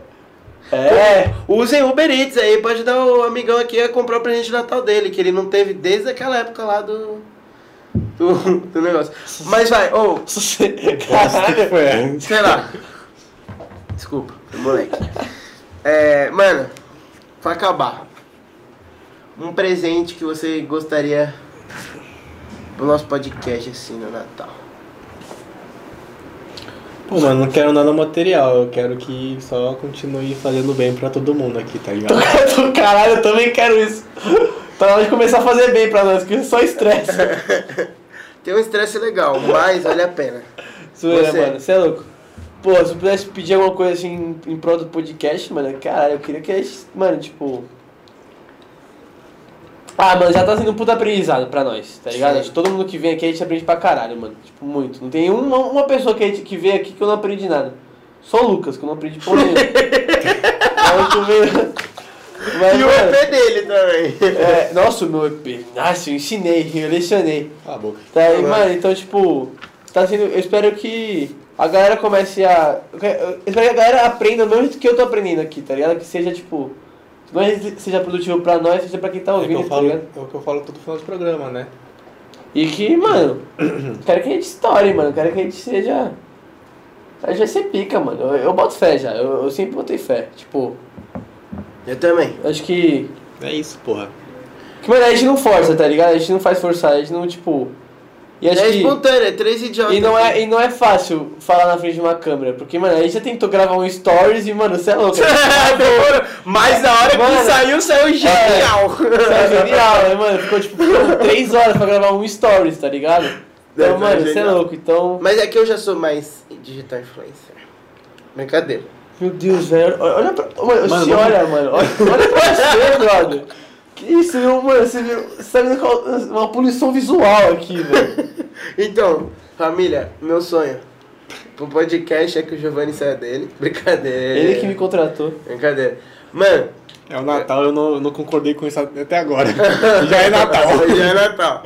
A: É,
B: Usem Uber Eats aí pra ajudar o amigão aqui a comprar o presente de Natal dele, que ele não teve desde aquela época lá do. do, do negócio. Mas vai, ou,
A: se você- caralho.
C: Foi essa.
B: sei lá. Desculpa, foi moleque. É, mano, pra acabar. Um presente que você gostaria pro nosso podcast assim no Natal.
C: Pô, mano, não quero nada material. Eu quero que só continue fazendo bem pra todo mundo aqui, tá ligado?
A: Caralho, eu também quero isso. Tá na hora de começar a fazer bem pra nós, que isso só estresse.
B: Tem um estresse legal, mas vale a pena.
A: Zoeira,
B: Você.
A: mano, você é louco. Pô, se eu pudesse pedir alguma coisa assim em- em prol do podcast, mano, caralho, eu queria que a gente. Mano, tipo. Ah, mano, já tá sendo um puta aprendizado pra nós, tá ligado?
B: Sim.
A: Acho que Todo mundo que vem aqui a gente aprende pra caralho, mano. Tipo, muito. Não tem uma, uma pessoa que, a gente, que veio aqui que eu não aprendi nada. Só o Lucas, que eu não aprendi porra nenhuma. Mas tu veio- Mas,
B: E o
A: É, mano,
B: EP dele também.
A: é, nossa, o meu EP. Nossa, eu ensinei, eu lecionei.
C: Cala a boca.
A: Tá, e,
B: Caralho.
A: mano, então, tipo, tá sendo. Eu espero que a galera comece a. Eu que- eu espero que a galera aprenda o mesmo jeito que eu tô aprendendo aqui, tá ligado? Que seja, tipo. Não é que seja produtivo pra nós, seja pra quem tá
C: É, que
A: ouvindo,
C: eu
A: tá
C: falo,
A: ligado?
C: é o que eu falo todo final do programa, né?
A: E que, mano, quero que a gente estoure, mano. Quero que a gente seja. A gente vai ser pica, mano. Eu, eu boto fé já. Eu, eu sempre botei fé. Tipo,
B: Eu também.
A: acho que.
C: É isso, porra.
A: Que, mano, a gente não força, tá ligado? A gente não faz forçar, a gente não, tipo. E acho
B: é
A: que.
B: espontâneo, é três idiotas.
A: E não, é, e não é fácil falar na frente de uma câmera, porque, mano, a gente já tentou gravar um stories e, mano, você é louco.
B: Mas na hora
A: Mano.
B: que saiu, saiu genial.
A: Isso é genial, né, mano? Ficou, tipo, três horas pra gravar um stories, tá ligado?
B: Deve
A: Então,
B: ser
A: mano, você é
B: genial.
A: louco. Então,
B: Mas é que eu já sou mais digital influencer. Brincadeira.
A: meu Deus, velho. Olha olha pra... Mano,
C: Mano,
A: se
C: vamos-
A: olha, mano. Olha, olha pra você, brother. Que isso, meu, mano. Você, viu- você tá vendo qual- uma poluição visual aqui, velho.
B: Então, família, meu sonho. Pro podcast é que o Giovanni saia dele. Brincadeira.
A: Ele que me contratou.
B: Brincadeira. Mano,
C: É o Natal, eu não, eu não concordei com isso até agora. Já é Natal.
B: já é Natal.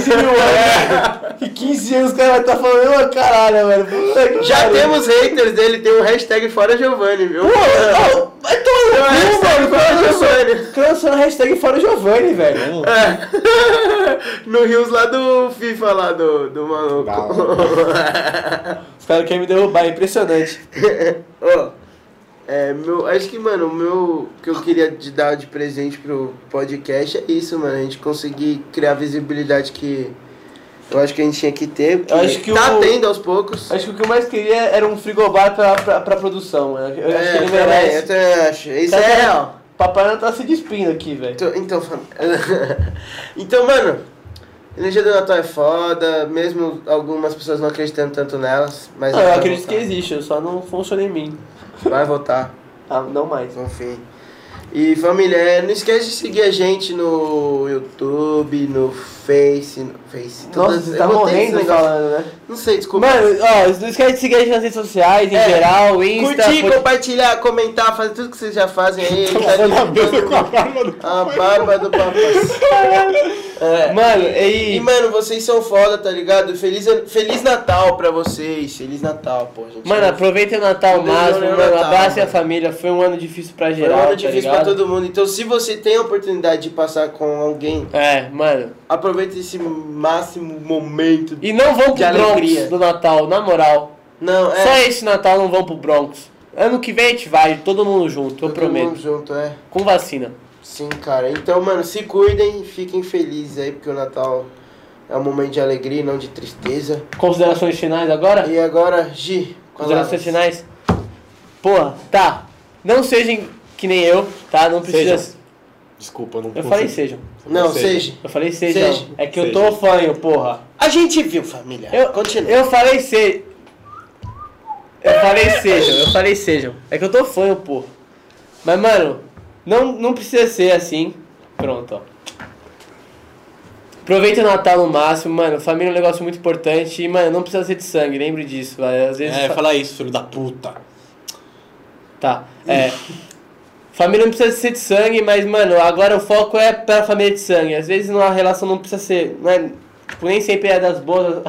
A: Daqui 15 Tá mil anos. E 15 anos o cara vai estar falando, ô caralho, velho. Puta que
B: Já
A: pariu."
B: temos haters dele, tem um hashtag fora Giovanni, viu?
A: Pô, não, vai tomar
B: Tem
A: no
B: um
A: cu, mano.
B: é
A: Fora
B: hashtag fora
A: Giovanni.
B: Giovanni.
A: Lançando a hashtag Fora Giovanni, velho.
B: É. No Rios lá do FIFA lá do, do maluco.
C: Da
A: Os caras querem me derrubar, é impressionante.
B: Ó, é, meu, acho que, mano, o meu que eu queria de dar de presente pro podcast é isso, mano. A gente conseguir criar a visibilidade que eu acho que a gente tinha que ter.
A: Eu acho que
B: tá
A: o-
B: tendo aos poucos.
A: Acho que o que eu mais queria era um frigobar pra, pra, pra produção, mano. Eu acho que ele
B: também,
A: merece.
B: É, eu também acho. Isso
A: Tá
B: é
A: bom.
B: real.
A: Papai Noel tá se despindo aqui, velho.
B: Então, então, fam- então, mano, energia do Natal é foda, mesmo algumas pessoas não acreditando tanto nelas, mas
A: Não, Ah, eu
B: vai
A: acredito que é
B: voltar.
A: existe, eu só não funciona em mim.
B: vai voltar.
A: Ah, não mais.
B: Enfim. E família, é, não esquece de seguir a gente no YouTube, no Face, no Face.
A: Nossa,
B: todas-
A: você
B: eu
A: tá
B: botei esse
A: morrendo
B: negócio.
A: falando, né?
B: Não sei, desculpa.
A: Mano, ó, não esquece de seguir a gente nas redes sociais, em
B: É,
A: geral, Insta,
B: Curtir,
A: pod-
B: compartilhar, comentar, fazer tudo que vocês já fazem aí.
C: Tô
B: tá
C: falando a mesa com a
B: divulgando
C: barba do...
B: a barba do papai. É.
A: Mano,
B: E,
A: e...
B: mano, vocês são foda, tá ligado? Feliz, ano- Feliz Natal pra vocês. Feliz Natal, pô, gente.
A: Mano, é aproveitem o Natal ao
B: Feliz
A: máximo,
B: Natal,
A: mano. Abracem a
B: mano.
A: família. Foi um ano difícil pra
B: Foi um
A: geral,
B: ano
A: tá
B: difícil
A: ligado?
B: pra
A: ligado?
B: todo mundo. Então, se você tem a oportunidade de passar com alguém,
A: É, mano.
B: aproveite esse máximo momento.
A: E não vão pro
B: De
A: Bronx
B: alegria.
A: do Natal, na moral.
B: Não, é.
A: Só esse Natal não vão pro Bronx. Ano que vem a gente vai, todo mundo junto, eu
B: todo
A: prometo.
B: mundo junto, é.
A: Com vacina.
B: Sim, cara. Então, mano, se cuidem, fiquem felizes aí, porque o Natal é um momento de alegria e não de tristeza.
A: Considerações finais agora?
B: E agora, Gi, é?
A: Considerações
B: palavras.
A: finais? Porra, tá. Não sejam que nem eu, tá? Não precisa.
C: Sejam. Desculpa, eu não
A: Eu
C: consigo.
A: falei sejam.
B: Não,
C: Seja.
B: seja.
A: Eu falei sejam.
B: Sejam.
A: É que eu
C: Sejam.
A: tô fanho, porra.
B: A gente viu, família.
A: Eu,
B: Continua.
A: eu falei se. Eu falei sejam, eu falei sejam. É que eu tô fã, pô. Mas, mano, não, não precisa ser assim. Pronto, ó. Aproveita o Natal no máximo, mano. Família é um negócio muito importante. E, mano, não precisa ser de sangue, lembre disso, vai. Às vezes.
C: É,
A: fa-
C: fala isso, filho da puta.
A: Tá. É. Família não precisa ser de sangue, mas, mano, agora o foco é pra família de sangue. Às vezes uma relação não precisa ser. Não é, tipo, nem sempre é das boas.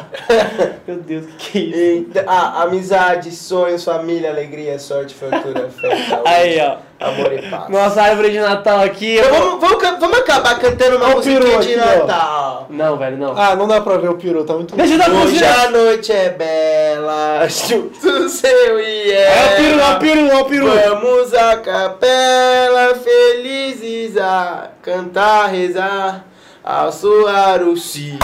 A: Meu Deus, o que, que é isso?
B: E, ah, amizade, sonhos, família, alegria, sorte, fortuna, fé, saúde,
A: Aí, ó.
B: amor e paz.
A: Nossa árvore de Natal aqui.
B: Então
A: eu-
B: vamos, vamos, can- vamos acabar cantando uma
C: Olha o
B: musiquinha
C: peru
B: de
C: aqui, ó.
B: Natal.
A: Não, velho, não.
C: Ah, não dá pra ver o peru, tá muito...
A: Deixa eu dar
B: Hoje
A: música.
B: a noite é bela, junto seu e
A: É o peru,
B: ela.
A: é o peru, é o peru.
B: Vamos à capela, felizes a cantar, rezar. Ao soar o sino,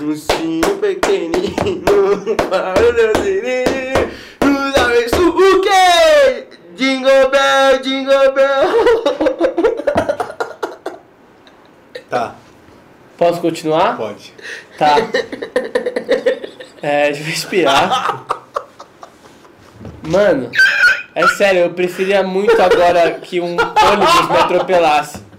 B: um sino pequenino, para o meu sininho, nos abençoe o quê? Jingle bell, jingle bell.
C: Tá,
A: Posso continuar?
C: pode.
A: Tá. É, deixa eu respirar. Mano, é sério, eu preferia muito agora que um ônibus me atropelasse.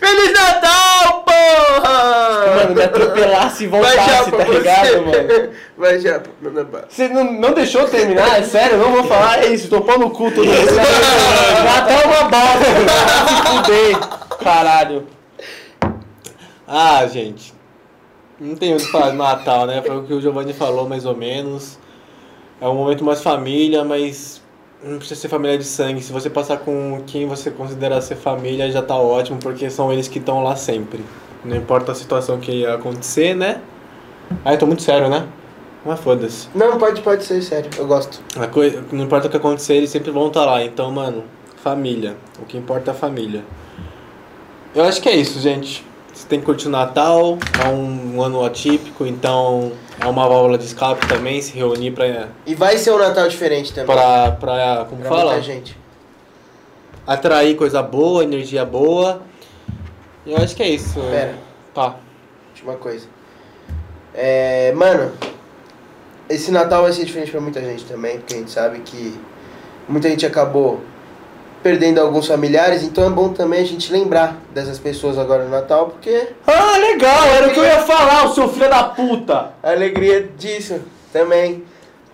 B: Feliz Natal, porra!
A: Mano, me atropelasse e
B: Vai já
A: voltasse,
B: pra
A: tá
B: você.
A: ligado, mano?
B: Vai já pra Manda bala.
A: Você não, não deixou eu terminar? É sério, eu não vou falar. É isso, tô pondo o cu todo mundo. Natal é uma bosta, mano. Se fuder, caralho.
C: Ah, gente. Não tem o que falar do Natal, né? Foi o que o Giovanni falou, mais ou menos. É um momento mais família, mas não precisa ser família de sangue. Se você passar com quem você considera ser família, já tá ótimo, porque são eles que estão lá sempre. Não importa a situação que ia acontecer, né? Ah, eu tô muito sério, né? Mas foda-se.
B: Não, pode, pode ser sério, eu gosto.
C: A coisa, não importa o que acontecer, eles sempre vão estar lá. Então, mano, família. O que importa é a família. Eu acho que é isso, gente. Você tem que curtir o Natal, é um ano atípico, então é uma válvula de escape também, se reunir pra.
B: E vai ser um Natal diferente também.
C: pra, pra como
B: pra
C: fala?
B: muita gente.
C: Atrair coisa boa, energia boa. Eu acho que é isso.
B: Pera.
C: Tá.
B: Última coisa. É, mano, esse Natal vai ser diferente pra muita gente também, porque a gente sabe que muita gente acabou perdendo alguns familiares, então é bom também a gente lembrar dessas pessoas agora no Natal, porque
A: Ah, legal, era o que eu ia falar, o seu filho da puta.
B: a alegria disso também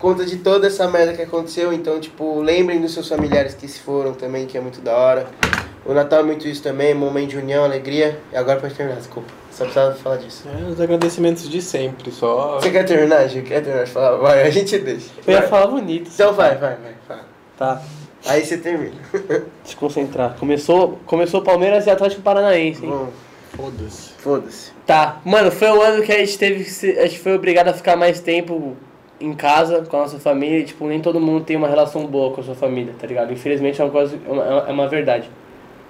B: conta de toda essa merda que aconteceu, então, tipo, lembrem dos seus familiares que se foram também, que é muito da hora. O Natal é muito isso também, momento de união, alegria. E agora pode terminar, desculpa. Só precisava falar disso.
C: É, os agradecimentos de sempre, só.
B: Você quer terminar, Gil? Quer terminar de falar? Vai, a gente deixa.
A: Eu ia
B: Vai.
A: falar bonito.
B: Então vai, vai, vai, fala.
A: Tá.
B: Aí você termina.
A: Se concentrar. Começou, começou Palmeiras e Atlético Paranaense, hein?
B: Bom,
C: Foda-se.
B: foda-se.
A: Tá. Mano, foi um ano que a gente teve que se- a gente foi obrigado a ficar mais tempo em casa com a nossa família. E, tipo, nem todo mundo tem uma relação boa com a sua família, tá ligado? Infelizmente é uma coisa, é uma, é uma verdade.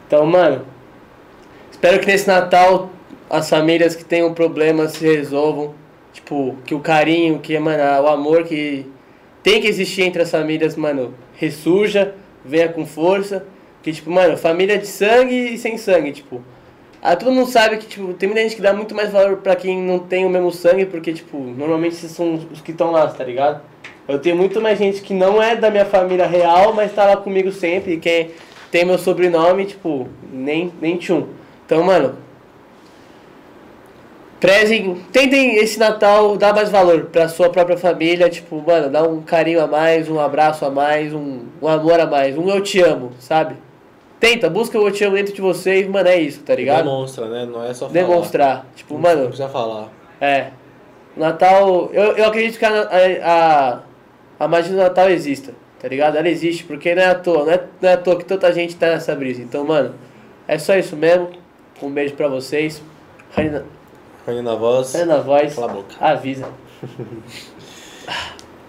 A: Então, mano, espero que nesse Natal as famílias que tenham problemas se resolvam. Tipo, que o carinho, que, mano, o amor que tem que existir entre as famílias, mano, ressurja, venha com força. Que, tipo, mano, família de sangue e sem sangue, tipo. Ah, todo mundo sabe que, tipo, tem muita gente que dá muito mais valor pra quem não tem o mesmo sangue, porque, tipo, normalmente esses são os que estão lá, tá ligado? Eu tenho muito mais gente que não é da minha família real, mas tá lá comigo sempre, e quem tem meu sobrenome, tipo, nem, nem tchum. Então, mano, prezem, tentem esse Natal dar mais valor pra sua própria família, tipo, mano, dá um carinho a mais, um abraço a mais, um, um amor a mais, um eu te amo, sabe? Tenta, busca o eu te amo dentro de você e, mano, é isso, tá ligado?
C: Demonstra, né? Não é só falar.
A: demonstrar. Tipo,
C: Não
A: mano,
C: precisa falar.
A: é. Natal. Eu, eu acredito que a, a, a, a magia do Natal exista. Tá ligado? Ela existe, porque não é à toa, não é, não é à toa que tanta gente tá nessa brisa. Então, mano, é só isso mesmo. Um beijo pra vocês. Rani na,
F: Rani na voz.
A: Rani na voz.
F: Cala a boca.
A: Avisa.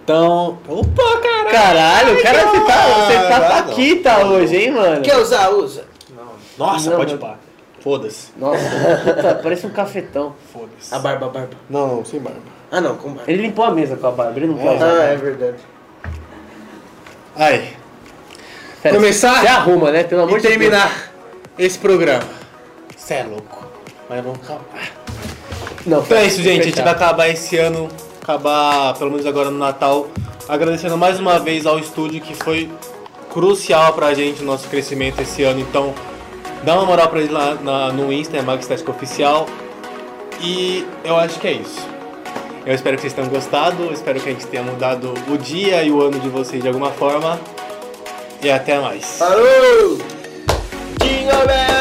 F: Então. Opa, caralho!
A: Caralho, o cara você tá,
C: Ah,
A: você tá
F: Caralho.
A: paquita hoje, hein, mano?
B: Quer usar? Usa.
F: Nossa,
A: Não,
F: pode
A: mano.
F: pá. Foda-se.
A: Nossa, puta, parece um cafetão.
F: Foda-se.
C: Tá
B: A barba, a barba.
F: Não, não, sem barba.
B: Ah, não, com barba.
A: Ele limpou a mesa com a barba, ele não quer usar.
B: Ah, é verdade.
C: Aí,
A: Pera,
C: Começar?
A: Se arruma, né? Pelo amor
C: e
A: de Deus.
C: terminar esse programa.
F: Você é louco. Mas vamos acabar.
A: Não,
C: Então é isso, gente. A gente
A: fechar.
C: vai acabar esse ano, acabar pelo menos agora no Natal, agradecendo mais uma vez ao estúdio que foi crucial pra gente, o nosso crescimento esse ano. Então, dá uma moral pra ele lá na- no Insta, é Magstasco Oficial. E eu acho que é isso. Eu espero que vocês tenham gostado, eu espero que a gente tenha mudado o dia e o ano de vocês de alguma forma. E até mais.
B: Falou! Jingle Bell!